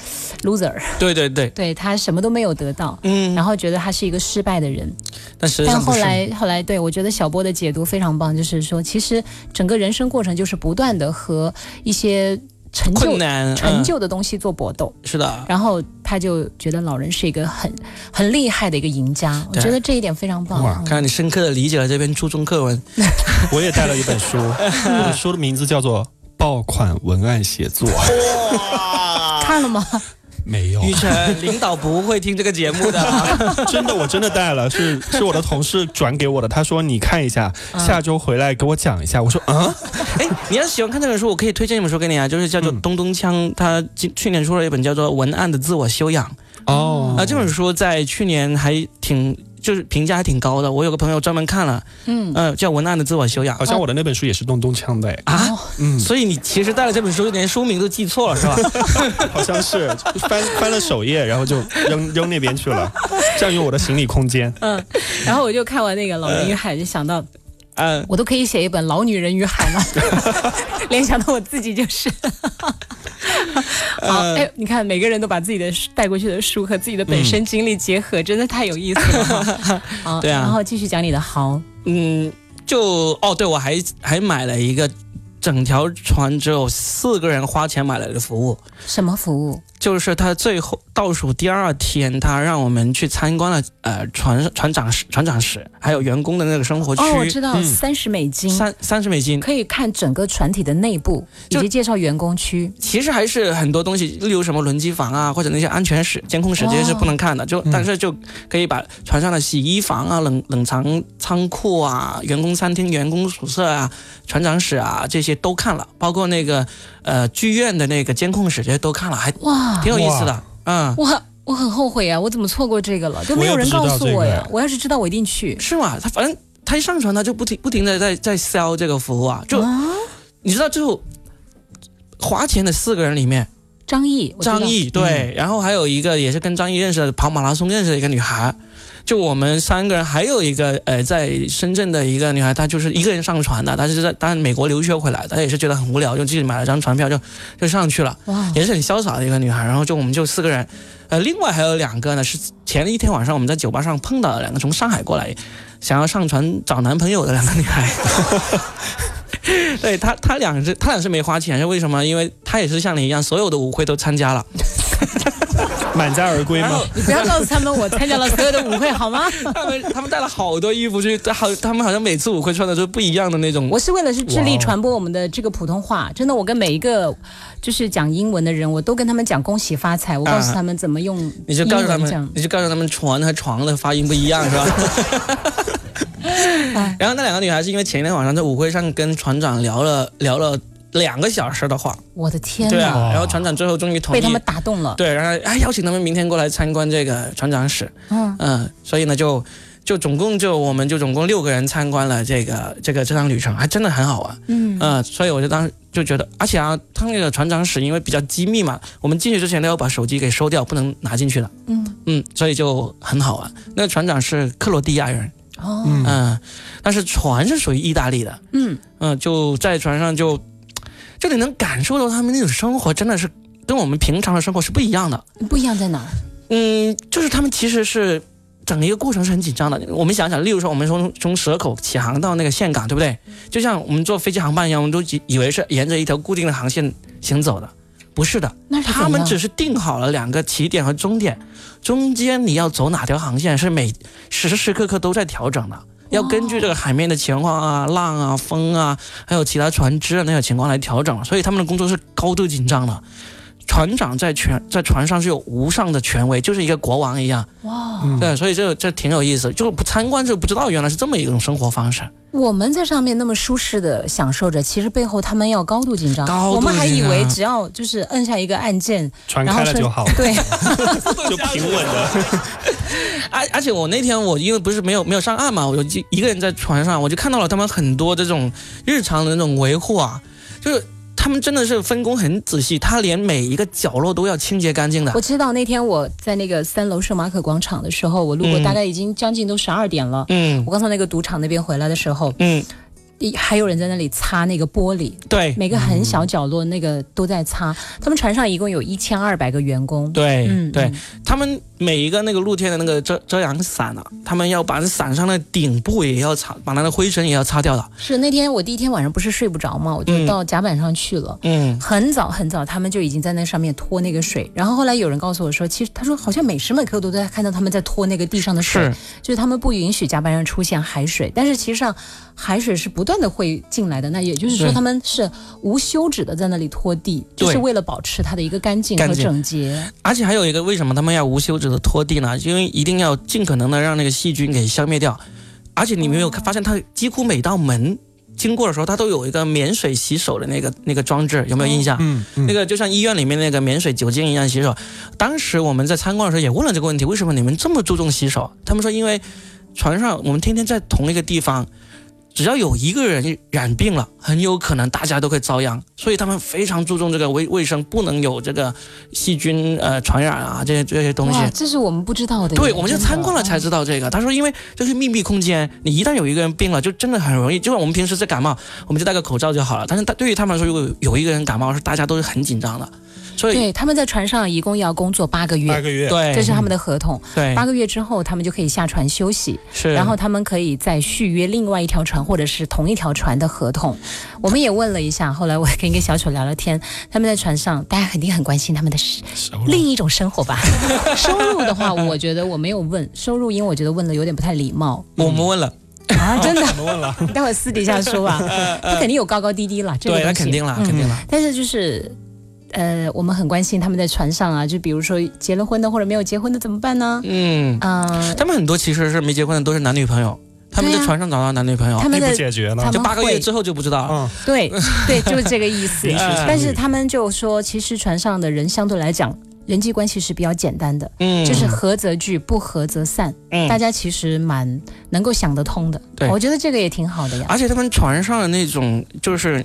loser，对对对，对他什么都没有得到，嗯，然后觉得他是一个失败的人。但实际但上不后是来，后来，对我觉得小波的解读非常棒，就是说，其实整个人生过程就是不断的和一些成困就、难成嗯就的东西做搏斗。是的，然后他就觉得老人是一个很很厉害的一个赢家，我对觉得这一点非常棒。哇嗯看来你深刻的理解了这篇初中课文。我也带了一本 [laughs] 书，我的书的名字叫做《爆款文案写作》，看了吗？没有雨辰，领导不会听这个节目的。啊真的，我真的带了，是是我的同事转给我的。他说你看一下，下周回来给我讲一下。我说啊，哎，你要是喜欢看这本书，我可以推荐一本书给你啊，就是叫做嗯东东锵，他今去年出了一本叫做《文案的自我修养》哦啊，这本书在去年还挺。就是评价还挺高的，我有个朋友专门看了， [laughs] 嗯，嗯、叫《文案的自我修养好》像我的那本书也是东东锵的，哎啊，嗯， [laughs] 所以你其实带了这本书，连书名都记错了是吧？好像是翻翻了首页，然后就扔 [laughs] 扔那边去了，占用我的行李空间。然后我就看完那个《老人与海》，就想到嗯，我都可以写一本《老女人与海》了，联想到我自己就是。 [laughs] 好，哎，你看每个人都把自己的书带过去的书和自己的本身经历结合，真的太有意思了哈。好，对啊然后继续讲你的豪，嗯，就哦，对，我还还买了一个整条船只有四个人花钱买来的服务，什么服务？就是他最后倒数第二天，他让我们去参观了呃船船长室、船长室，还有员工的那个生活区，哦，我知道，嗯三十美金。三三十美金。可以看整个船体的内部，以就及介绍员工区。其实还是很多东西，例如什么轮机房啊，或者那些安全室、监控室这些哦是不能看的，就但是就可以把船上的洗衣房啊、冷冷藏仓库啊、员工餐厅、员工宿舍啊、船长室啊这些都看了，包括那个呃剧院的那个监控室这些都看了，还哇，挺有意思的。嗯，我我很后悔啊，我怎么错过这个了？都没有人告诉我我也不知道呀这！个我要是知道，我一定去。是吗？他反正他一上船，他就不停不停的在在 sell 这个服务啊，就、啊，你知道最后花钱的四个人里面，张译，我知道嗯张译对，然后还有一个也是跟张译认识的跑马拉松认识的一个女孩，就我们三个人，还有一个呃在深圳的一个女孩，她就是一个人上船的，她是在当然美国留学回来的，她也是觉得很无聊，就自己买了张船票就就上去了，哇，也是很潇洒的一个女孩。然后就我们就四个人，呃，另外还有两个呢是前一天晚上我们在酒吧上碰到的两个从上海过来想要上船找男朋友的两个女孩。 [laughs] 对她，她俩是她俩是没花钱，是为什么？因为她也是像你一样，所有的舞会都参加了。 [laughs] 满载而归然吗后？你不要告诉他们我参加了所有的舞会好吗？他们他们带了好多衣服去，好他们好像每次舞会穿的都不一样的那种。 [laughs] 我是为了是致力哇哦传播我们的这个普通话，真的，我跟每一个就是讲英文的人，我都跟他们讲恭喜发财，我告诉他们怎么用你就告诉他英文讲们，你就告诉他们船和床的发音不一样是吧 [laughs] 哎？然后那两个女孩是因为前一天晚上在舞会上跟船长聊了聊了两个小时的话，我的天对呐，啊，然后船长最后终于同被他意们，打动了。对，然后哎还邀请他们明天过来参观这个船长室，嗯，嗯，所以呢就就总共就我们就总共六个人参观了这个这个这趟旅程，还真的很好玩。嗯嗯，所以我就当时就觉得，而且啊，他那个船长室因为比较机密嘛，我们进去之前都要把手机给收掉，不能拿进去的。嗯，啊嗯，所以就很好玩。那个船长是克罗地亚人，哦哦，嗯嗯，但是船是属于意大利的，嗯，嗯，就在船上就，就你能感受到他们那种生活真的是跟我们平常的生活是不一样的。不一样在哪儿？嗯，就是他们其实是整个一个过程是很紧张的。我们想想，例如说我们从从蛇口起航到那个岘港，对不对？就像我们坐飞机航班一样，我们都以以为是沿着一条固定的航线行走的，不是的。那是他怎们样只是定好了两个起点和终点，中间你要走哪条航线是每时时刻刻都在调整的，要根据这个海面的情况啊、浪啊、风啊，还有其他船只的啊那个情况来调整，所以他们的工作是高度紧张的。船长在船在船上是有无上的权威，就是一个国王一样。哇，对，所以这这挺有意思，就不参观就不知道原来是这么一种生活方式。我们在上面那么舒适的享受着，其实背后他们要高度紧张。高度我们还以为紧张只要就是摁下一个按 [laughs] 键，船然后开了是就好了，对， [laughs] 就平稳的。而而且我那天我因为不是没有没有上岸嘛，我就一个人在船上，我就看到了他们很多这种日常的那种维护啊，就是他们真的是分工很仔细，他连每一个角落都要清洁干净的我。知道那天我在那个三楼圣马可广场的时候，我路过，嗯大概已经将近都十二点了。嗯我刚从那个赌场那边回来的时候，嗯，一还有人在那里擦那个玻璃，对每个很小角落那个都在擦。他们船上一共有一千二百个员工。对、嗯，对嗯，，他们每一个那个露天的那个遮遮阳伞啊，他们要把伞上的顶部也要擦，把那个灰尘也要擦掉的。是那天我第一天晚上不是睡不着嘛，我就嗯到甲板上去了。嗯，很早很早，他们就已经在那上面拖那个水。然后后来有人告诉我说，其实他说好像每时每刻都在看到他们在拖那个地上的水，是就是他们不允许甲板上出现海水，但是其实上海水是不断的会进来的。那也就是说，对他们是无休止的在那里拖地，对就是为了保持它的一个干净干和净整洁。而且还有一个，为什么他们要无休止的拖地呢？因为一定要尽可能的让那个细菌给消灭掉。而且你没有发现，它几乎每道门经过的时候，它都有一个免水洗手的那个那个装置，有没有印象？ [laughs] 嗯，那个个就像医院里面那个免水酒精一样洗手。当时我们在参观的时候也问了这个问题，为什么你们这么注重洗手？他们说，因为船上我们天天在同一个地方，只要有一个人染病了，很有可能大家都会遭殃，所以他们非常注重这个卫卫生，不能有这个细菌呃传染啊这些这些东西。哇，这是我们不知道的耶。对，我们就真的参观了才知道这个。他说，因为这是密闭空间，你一旦有一个人病了，就真的很容易。就像我们平时在感冒，我们就戴个口罩就好了。但是他对于他们来说，如果有有一个人感冒，是大家都是很紧张的。所以，对，他们在船上一共要工作八个八月，个月，对这是他们的合同。对八个月之后，他们就可以下船休息。是，然后他们可以再续约另外一条船或者是同一条船的合同。我们也问了一下，后来我跟一个小丑聊聊天，他们在船上，大家肯定很关心他们的事收入另一种生活 [laughs] 吧。收入的话，我觉得我没有问收入，因为我觉得问了有点不太礼貌我们问了， [laughs] 啊，真的。我们问 [laughs] 了，待会儿私底下说 [laughs] 吧，他肯定有高高低低了，这个对，那东西嗯肯定啦，肯定啦。但是就是。呃，我们很关心他们在船上啊，就比如说结了婚的或者没有结婚的怎么办呢？嗯，嗯、他们很多其实是没结婚的，都是男女朋友，他们对在呀船上找到男女朋友他，们并不的解决他了们。就八个会月之后就不知道。嗯，哎对对，就是这个意思。临时呃但是他们就说，其实船上的人相对来讲，人际关系是比较简单的，嗯，就是合则聚，不合则散，嗯大家其实蛮能够想得通的。对我觉得这个也挺好的呀。而且他们船上的那种就是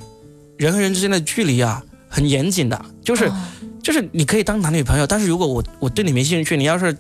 人和人之间的距离啊，很严谨的，就是、哦就是你可以当男女朋友，但是如果我我对你没兴趣，你要是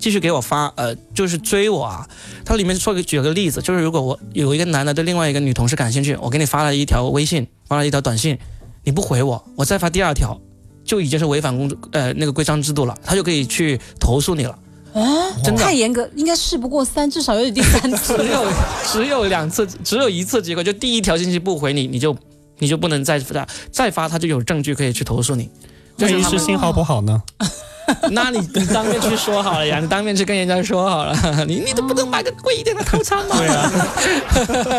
继续给我发呃，就是追我啊，它里面说个举个例子，就是如果我有一个男的对另外一个女同事感兴趣，我给你发了一条微信，发了一条短信，你不回我，我再发第二条。就已经是违反工作呃那个规章制度了，他就可以去投诉你了。啊，哦真的太严格，应该事不过三，至少要有第三次。 [laughs] 只有只有两次，只有一次结果，就第一条信息不回你，你就你就不能再发，再发他就有证据可以去投诉你。万一他是信号不好呢？ [laughs] 那你你当面去说好了呀，你当面去跟人家说好了， [laughs] 你你都不能买个贵一点的套餐吗？哦对啊，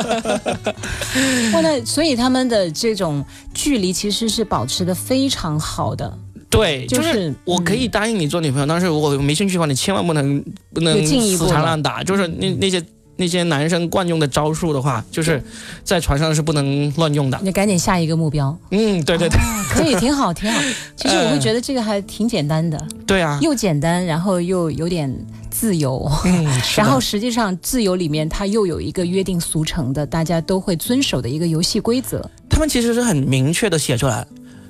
哇，那所以他们的这种距离其实是保持的非常好的， [laughs] 对，就就是是我可以答应你做女朋友，但是如果没兴趣的话，你千万不能不能有进一步死的嗯缠烂打，就是那那些。那些男生惯用的招数的话，就是在船上是不能乱用的。嗯你赶紧下一个目标。嗯，对对对，啊，可以，挺 [laughs] 好，挺好。其实我会觉得这个还挺简单的。对啊，又简单，然后又有点自由。嗯，是的然后实际上，自由里面它又有一个约定俗成的，大家都会遵守的一个游戏规则。哦他们其实是很明确的写出来，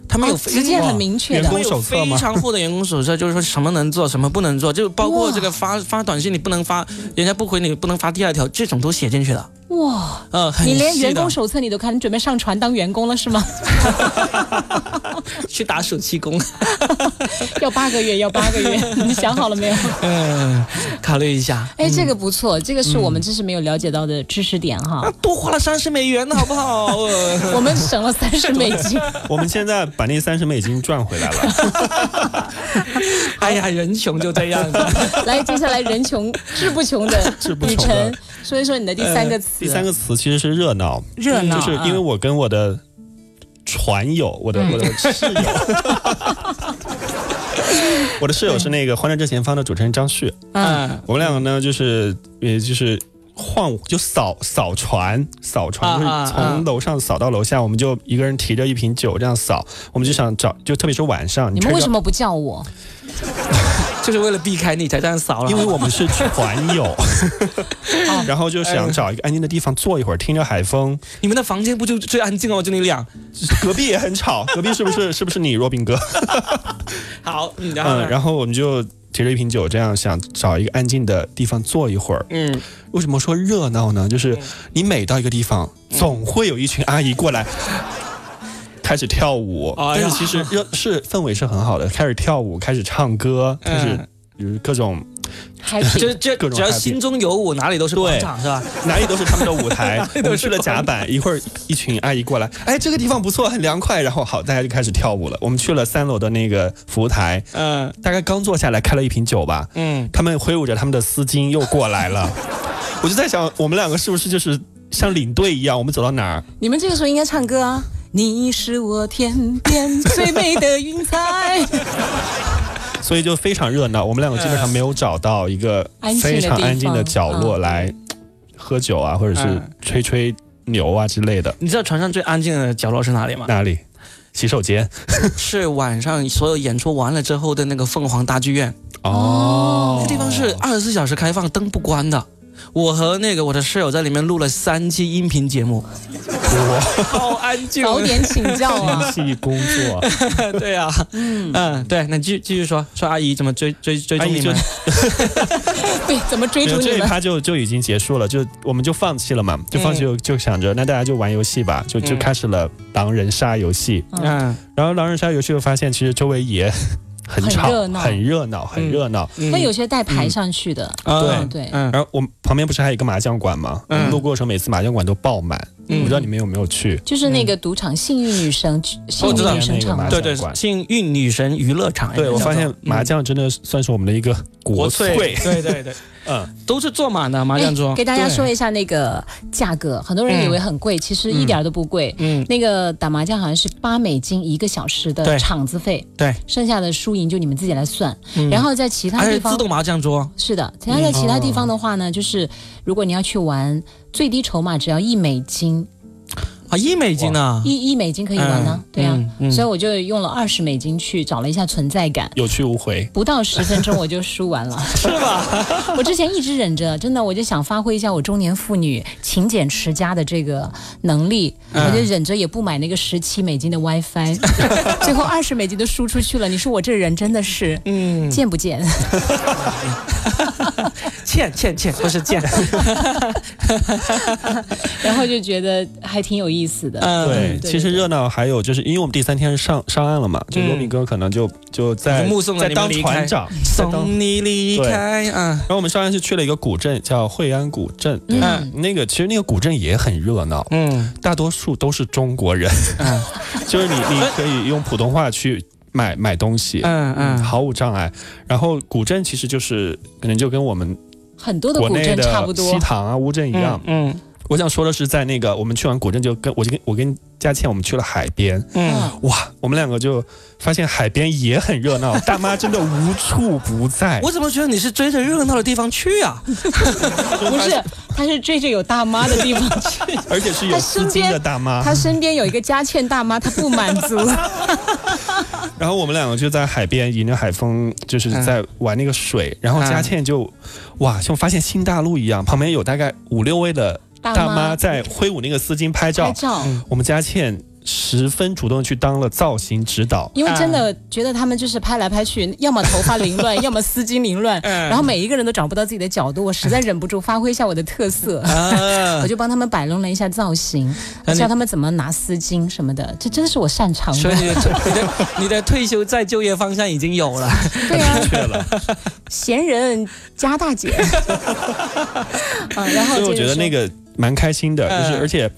他们有非直接很明确员的工，们有手册非吗常厚的员工手册，就是说什么能做，什么不能做，就包括哇这个发发短信你不能发，人家不回你不能发第二条，这种都写进去了。哇！呃，很你连细员的工手册你都看，你准备上传当员工了是吗？ [laughs] 去打暑期工，要八个月，要八 [laughs] 个月，你想好了没有？嗯，考虑一下。哎，这个不错，这个是我们知识没有了解到的知识点哈啊，，多花了三十美元呢，好不好？ [laughs] 呃 [laughs] 我们省了三十美 [laughs] 金。 [laughs] 我们现在把那三十美金赚回来 [laughs] 了。哎呀，人穷就这样子。来，接下来人穷 [laughs] 志不穷的志不雨穷的辰，说一说你的第三个词。第三个词其实是热闹，嗯热闹就是因为我跟我的船友，我的我的室友， [laughs] 我的室友是那个《欢乐正前方》的主持人张旭，啊嗯，我们两个呢就是也就是。晃就扫扫船，扫船就啊啊是从楼上扫到楼下，我们就一个人提着一瓶酒这样扫，我们就想找，就特别是晚上，你看们着为什么不叫我？就是为了避开你才这样扫了。 [laughs] 因为我们是 [laughs] 船友，然后就想找一个安静的地方坐一会儿，听着海风。你们的房间不就最安静了吗？就你俩。隔壁也 [laughs] 很吵，隔壁是不是是不是你若冰哥？好，嗯， [laughs] 然后嗯，呢然后我们就提着一瓶酒，这样想找一个安静的地方坐一会儿。嗯，为什么说热闹呢？就是你每到一个地方，总会有一群阿姨过来。 [laughs] 开始跳舞，哎呀但是其实热是氛围是很好的，开始跳舞，开始唱歌，开始嗯就是各种还就是 [laughs] 挺这各种只要 happy 心中有我，哪里都是广对场是吧？哪里都是他们的 [laughs] 舞台，里我都们是去了甲板，一会儿一群阿姨过来，哎，这个地方不错，很凉快，然后好，大家就开始跳舞了。我们去了三楼的那个服务台，嗯大概刚坐下来，开了一瓶酒吧，嗯，他们挥舞着他们的丝巾又过 [laughs] 来了，我就在想，我们两个是不是就是像领队一样，我们走到哪儿，你们这个时候应该唱歌啊！你是我天边最美的云 [laughs] 彩，所以就非常热闹。我们两个基本上没有找到一个安静的非常地方安静的角落嗯来喝酒啊，或者是嗯吹吹牛啊之类的。你知道船上最安静的角落是哪里吗？哪里？洗手间是晚上所有演出完了之后的那个凤凰大剧院，哦那地方是二十四小时开放，灯不关的。我和那个我的室友在里面录了三期音频节目， [laughs] 好安静早点请教 [laughs] 啊！细工作，对啊，嗯对，那继继续说说阿姨怎么追追追阿踪姨你就们？对，怎么追逐这你一们？趴就就已经结束了，就我们就放弃了嘛，就放弃就就想着那大家就玩游戏吧，就就嗯开始了狼人杀游戏。啊嗯然后狼人杀游戏又发现，其实周围也 [laughs] 很很吵，热闹很热闹，很热闹。嗯，会有些带牌上去的，嗯对对嗯然后我们旁边不是还有一个麻将馆吗？嗯我们路过的时候，每次麻将馆都爆满。嗯我不知道你们有没有去？就是那个赌场幸运女神，哦幸运女神唱我知道那个麻的。对对，幸运女神娱乐场。对，我发现麻将真的算是我们的一个国国粹。粹，对对对，嗯，都是坐满的麻将桌。哎给大家说一，一下那个价格，很多人以为很贵，其实一点儿都不贵。嗯，那个打麻将好像是八美金一个小时的对场子费，对，剩下的输赢就你们自己来算。然后在其他而地且嗯方哎自动嗯哦麻将桌，是的，其他在其他地方的话呢，就是如果你要去玩，最低筹码只要一美金，啊，一美金呢。一一美金可以玩呢，嗯对啊，嗯嗯所以我就用了二十美金去找了一下存在感。有去无回。不到十分钟我就输完了，是吧？ [laughs] 我之前一直忍着，真的，我就想发挥一下我中年妇女勤俭持家的这个能力，嗯我就忍着也不买那个十七美金的 WiFi，最 [laughs] 后二十美金都输出去了。你说我这人真的是嗯，贱不贱？欠欠欠，不是欠。 [laughs] 然后就觉得还挺有意思的。嗯，对，对其实对热闹还有就是，因为我们第三天上上岸了嘛，就嗯罗敏哥可能就就在就目送着在你们当离开船长，在当送你离开啊，然后我们上岸是去了一个古镇，叫惠安古镇。对吧嗯那个其实那个古镇也很热闹，嗯大多数都是中国人，嗯 [laughs] 就是你你可以用普通话去买买东西，嗯嗯，毫无障碍。然后古镇其实就是可能就跟我们很多的国古内镇差不的西多，塘啊、乌镇一样。嗯我想说的是，在那个我们去完古镇就跟我就跟我跟佳倩我们去了海边，嗯，哇，我们两个就发现海边也很 [laughs] 热闹，大妈真的无处不在。我怎么觉得你是追着热闹的地方去啊？不是，他是追着有大妈的地方去，而且是有她丝身巾边的大妈，嗯他身边有一个佳倩大妈，他不满足。然后我们两个就在海边迎着海风，就是在玩那个水。然后佳倩就，哇，像发现新大陆一样，旁边有大概五六位的大大妈妈在挥舞那个丝巾拍照。拍照，我们佳倩十分主动去当了造型指导。因为真的嗯觉得他们就是拍来拍去， [laughs] 要么头发凌 [laughs] 乱，要么丝巾凌乱，嗯然后每一个人都找不到自己的角度，我实在忍不住发挥一下我的特色，啊嗯我，就帮他们摆弄了一下造型，那你教他们怎么拿丝巾什么的，这真是我擅长所以的。你的你的你的退休再就业方向已经有了。 [laughs] 对啊，闲人加大姐，啊，然后 [laughs] 所以我接觉着说得那个蛮开心的，嗯就是而且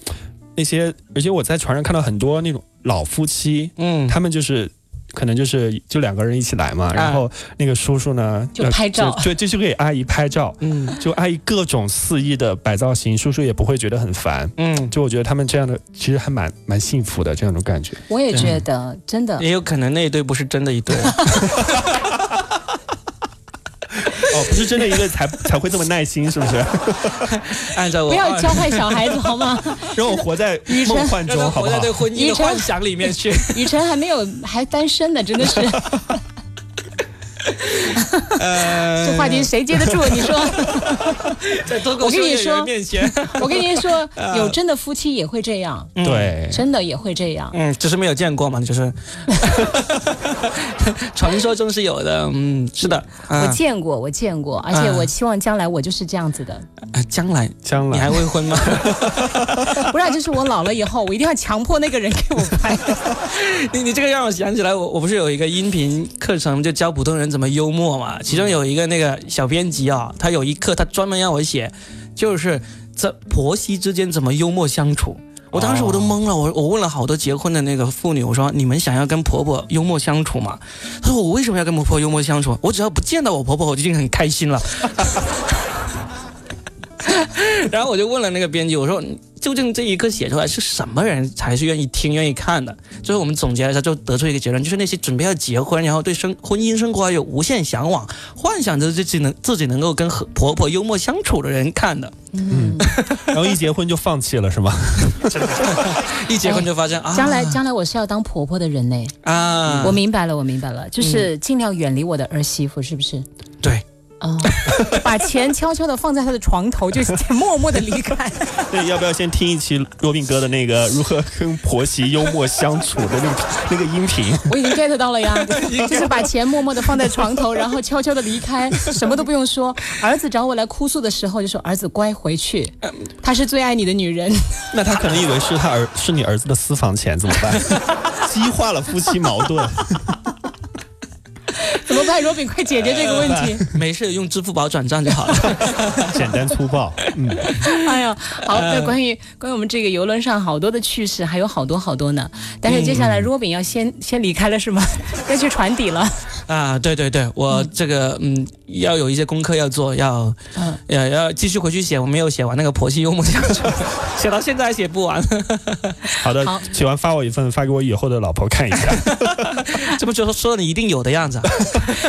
那些，而且我在船上看到很多那种老夫妻，嗯，他们就是。可能就是就两个人一起来嘛，然后那个叔叔呢就拍照对，啊就就给阿姨拍 [laughs] 照，嗯就阿姨各种肆意的摆造型，叔叔也不会觉得很烦。嗯，就我觉得他们这样的其实还蛮蛮幸福的这样一种感觉。我也觉得嗯真的，也有可能那一对不是真的一对。哦，不是真的一个才 [laughs] 才会这么耐心，是不是？按照我不要二教坏小孩子好吗？ [laughs] 让我活在医生梦幻让他中，活好不在好？对婚姻的幻想里面去。雨辰还没有还单身呢，真 [laughs] 的是。 [laughs] 呃这话题谁接得住？你说。在脱口秀演员面前， [laughs] 我跟您 [laughs] 说，嗯有真的夫妻也会这样，对，真的也会这样。嗯，只是没有见过嘛，就是 [laughs] 传说中是有的。嗯，是的，我啊，见过，我见过，而且嗯我希望将来我就是这样子的。 [laughs] 啊将来将你还来未婚吗？不然就是我老了以后，我一定要强迫那个人给我拍。 [laughs] 你你这个让我想起来，我我不是有一个音频课程，就教普通人怎么幽默嘛。其中有一个那个小编辑啊，他有一课他专门让我写，就是这婆媳之间怎么幽默相处。我当时我都懵了，我我问了好多结婚的那个妇女，我说你们想要跟婆婆幽默相处吗？她说我为什么要跟婆婆幽默相处？我只要不见到我婆婆，我就已经很开心了。 [laughs] 然后我就问了那个编辑，我说究竟这一课写出来是什么人才是愿意听、愿意看的？最后我们总结了一下，就得出一个结论，就是那些准备要结婚，然后对生婚姻生活啊还有无限向往，幻想着自己能自己能够跟和婆婆幽默相处的人看 [laughs] 的。嗯，然后一结婚就放弃了，是吗？ [laughs] 一结婚就发现、啊，将来将来我是要当婆婆的人呢。啊，我明白了，我明白了，就是尽量远离我的儿媳妇，是不是？嗯对。哦， [laughs] 把钱悄悄的放在她的床头，就默默的离开。对，要不要先听一期若冰哥的那个如何跟婆媳幽默相处的那个那个音频？ [laughs] 我已经 get 到了呀，就是把钱默默的放在床头，然后悄悄的离开，什么都不用说。儿子找我来哭诉的时候，就说：“儿子乖，回去，她是最爱你的女人。 [laughs] 那他可能以为是他儿是你儿子的私房钱，怎么办？ [laughs] 激化了夫妻矛盾。”怎么办，罗饼，快解决这个问题！没事，用支付宝转账就好了。简单粗暴，嗯，哎呀，好，那关于关于我们这个游轮上好多的趣事，还有好多好多呢。但是接下来，罗饼要先先离开了是吗？要去船底了。啊，对对对，我这个嗯，要有一些功课要做，要嗯，要要继续回去写，我没有写完那个婆媳幽默相处， [laughs] 写到现在还写不完，好的好，写完发我一份，发给我以后的老婆看 [laughs] 一下。这不就说说的你一定有的样子啊？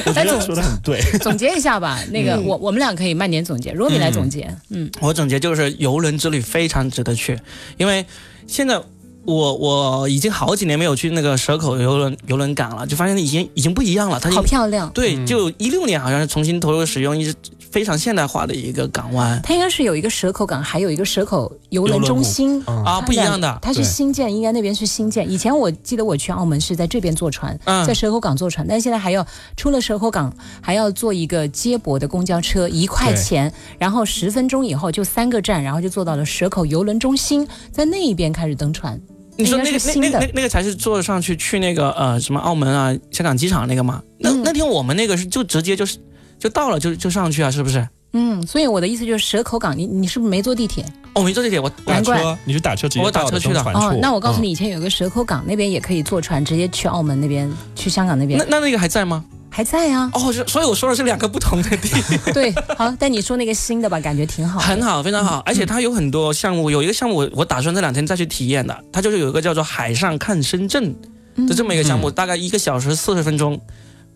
我觉得说的很对， [laughs] 总结一下吧。那个，我我们俩可以慢点总结，罗饼来总结。嗯，我总结就是游轮之旅非常值得去，因为现在我我已经好几年没有去那个蛇口游轮游轮港了，就发现已经已经不一样了，它已好经漂亮。对，就一六年好像是重新投入使用，一直非常现代化的一个港湾它应该是有一个蛇口港，还有一个蛇口游轮中心。嗯啊，它不一样两的，它是对新建，应该那边是新建。以前我记得我去澳门是在这边坐船，嗯在蛇口港坐船，但是现在还要出了蛇口港还要坐一个接驳的公交车，一块钱，然后十分钟以后就三个站，然后就坐到了蛇口游轮中心，在那一边开始登船。你说应该那个是那新那的那那个才是坐上去去那个呃什么澳门啊、香港机场那个嘛？那、嗯那天我们那个是就直接就是就到了就就上去啊，是不是？嗯，所以我的意思就是蛇口港，你你是不是没坐地铁？哦我、没坐地铁，我打难怪车，你就打车直接我打到车去中的传哦处，那我告诉嗯你，以前有个蛇口港，那边也可以坐船直接去澳门那边，去香港那边那那那个还在吗？还在啊。哦，是所以我说的是两个不同的地方。对，好，但你说那个新的吧，感觉挺好嗯的。很好，非常好，而且它有很多项目，有一个项目我我打算这两天再去体验的，它就是有一个叫做“海上看深圳”嗯的这么一个项目，大概一个小时四十分钟，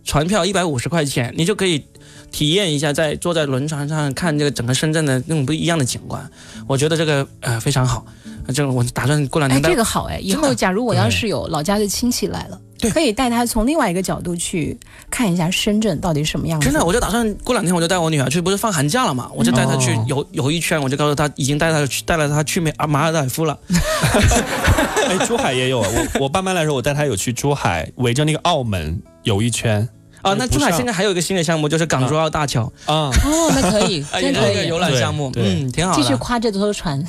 船票一百五十块钱，你就可以体验一下在坐在轮船上看这个整个深圳的那种不一样的景观，我觉得这个呃非常好，呃这个我打算过两哎，天带、这个好哎！以后假如我要是有老家的亲戚来了，可以带他从另外一个角度去看一下深圳到底什么样子。真的，我就打算过两天我就带我女儿去，不是放寒假了嘛，我就带她去哦游游一圈，我就告诉她已经带她去带了她去美啊马尔代夫了，哎，珠海也有啊。我我爸妈来的时候，我带他有去珠海，围着那个澳门游一圈啊，哎那珠海现在还有一个新的项目，就是港珠澳大桥， [laughs] 啊。哦，那可 [laughs] 以，啊，真也是可一个以游。览项目，对对嗯，挺好的。继续夸这 [laughs] 艘船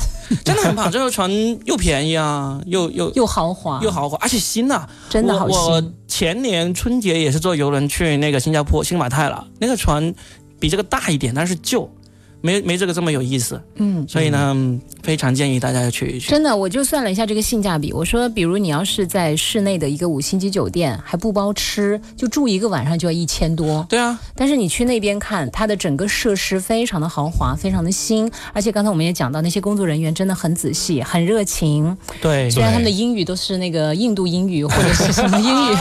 真的很棒，这艘船又便宜啊，又又又豪华，又豪华，而且新啊！真的好我我新。前年春节也是坐游轮去那个新加坡新马泰了，那个船比这个大一点，但是旧，没没这个这么有意思。嗯，所以呢，非常建议大家去一去。真的，我就算了一下这个性价比，我说，比如你要是在室内的一个五星级酒店，还不包吃，就住一个晚上就要一千多。对啊，但是你去那边看，它的整个设施非常的豪华，非常的新，而且刚才我们也讲到，那些工作人员真的很仔细，很热情。对虽然他们的英语都是那个印度英语或者是什么英语，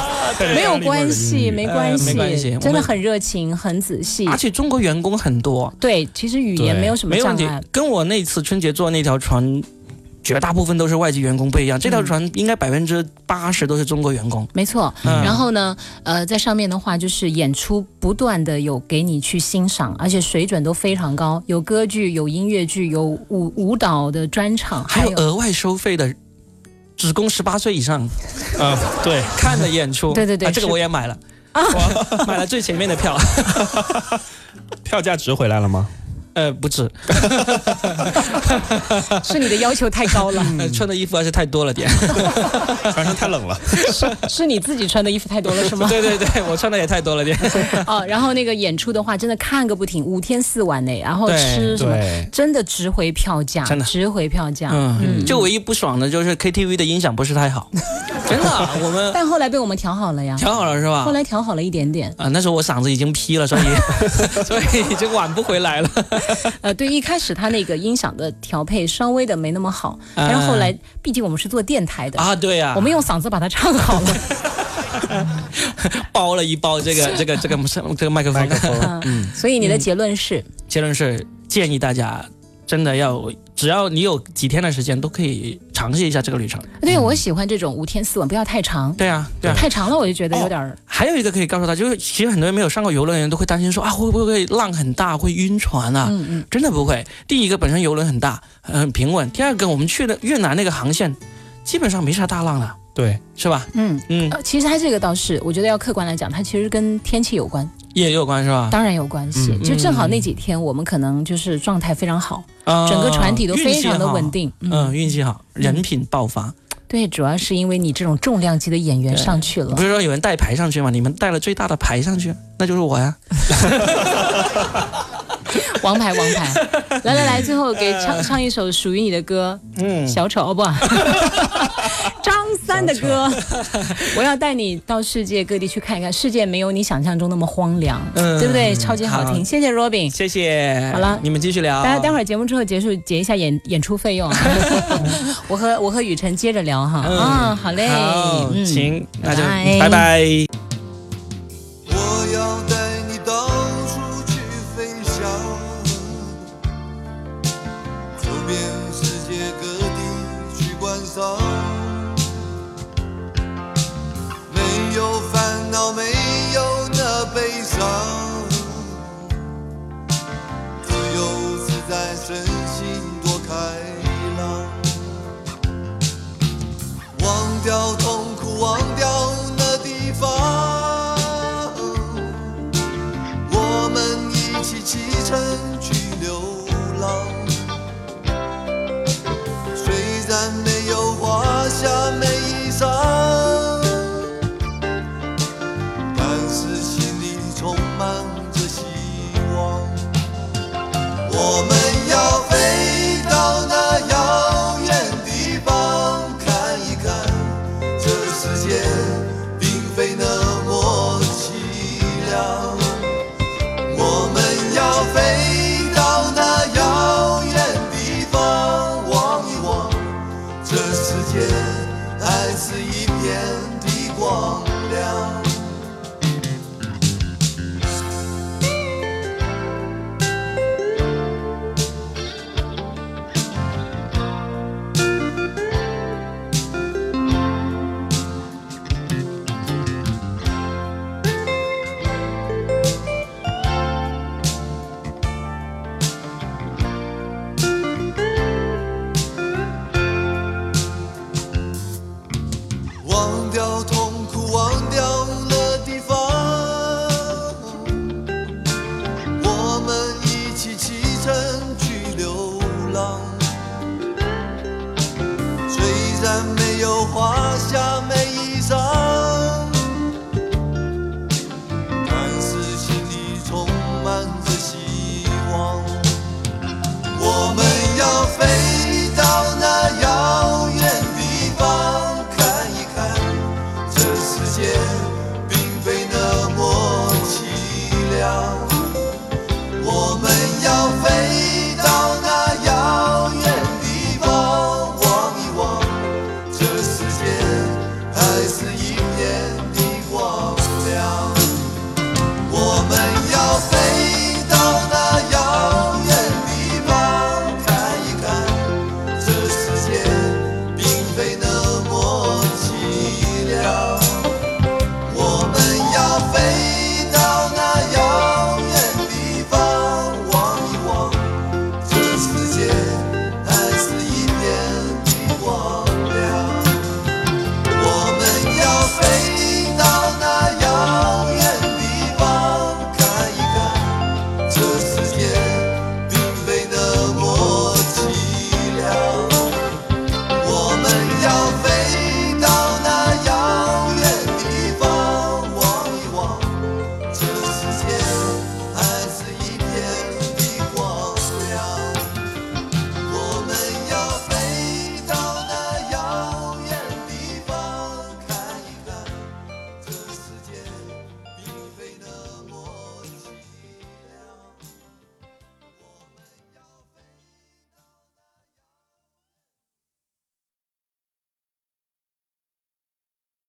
没有关系，没关呃没关系系，我们真的很热情，很仔细而。且中国员工很多，对，其实语言对没有什么没障问题碍。。跟我那次春节坐那条船，绝大部分都是外籍员工不一样，这条嗯船应该百分之八十都是中国员工。没错，嗯然后呢，呃，在上面的话就是演出不断的有给你去欣赏，而且水准都非常高，有歌剧，有音乐剧，有舞舞蹈的专场，还还有额外收费的，只供十八岁以上啊，对，看的演出。 [laughs] 对对对啊这个是我也买了。我 [laughs] 买了最前面的票，票价值回来了吗？呃，不止，是你的要求太 [laughs] 高了，呃穿的衣服还是太多了点。船上太冷了。是是你自己穿的衣服太多了 [laughs] 是吗？ [laughs] 对对对，我穿的也太多了 [laughs] 点。哦，然后那个演出的话，真的看个不停，五天四晚呢，然后对吃什么，对，真的值回票价，真的值回票价。嗯，就唯一不爽的就是 KTV 的音响不是太 [laughs] 好，真的啊，我们但后来被我们调好了呀，调好了是吧？后来调好了一点点。啊，那时候我嗓子已经劈 [laughs] 了，所以所以已经挽不回来了。呃，对，一开始他那个音响的调配稍微的没那么好，但是后来，毕竟我们是做电台的。呃啊，对呀、我们用嗓子把它唱好 [laughs] 了，包了一包这个这个这个这个麦克麦风克。风嗯，所以你的结论是，结论是建议大家真的要，只要你有几天的时间，都可以尝试一下这个旅程。对我喜欢这种五天四晚，不要太长，对啊，对啊。太长了我就觉得有点儿，还有一个可以告诉他，就是其实很多人没有上过游轮的人都会担心说啊，会不会浪很大，会晕船啊？嗯嗯，真的不会。第一个，本身游轮很大，很平稳；第二个，我们去的越南那个航线，基本上没啥大浪的，对，是吧？嗯，嗯，呃，其实它这个倒是，我觉得要客观来讲，它其实跟天气有关，也有关是吧？当然有关系。嗯就正好那几天我们可能就是状态非常好，啊整个船体都非运常的气好稳定。嗯，运气好，人品爆发。对，主要是因为你这种重量级的演员对上去了不。是说有人带牌上去吗？你们带了最大的牌上去，那就是我呀。 [laughs] 王牌，王牌！ [laughs] 来来来，最后给唱唱一首属于你的歌，嗯，小丑 [laughs] 哦不，张三的歌。 [laughs] 我要带你到世界各地去看一看，世界没有你想象中那么荒凉，嗯对不对？超级好听，好谢谢 Robin。谢谢。好了你们继续聊。大家待会儿节目之后结束，结一下演演出 [laughs] 费用啊。我和我和雨辰接着聊哈。嗯啊，好嘞，嗯好，行，那就拜拜拜拜。我要带你到处去飞翔，走遍世界各地去观赏。没有烦恼，没有那悲伤，自由自在，身心多开朗。忘掉痛苦，忘掉那地方。我们一起启程去流浪，虽然没有华厦美衣裳，但是心里充满着希望。我们要飞到那遥远地方看一看，这世界并非那么凄凉。我们要飞到那遥远地方望一望，这世界还是一片的光。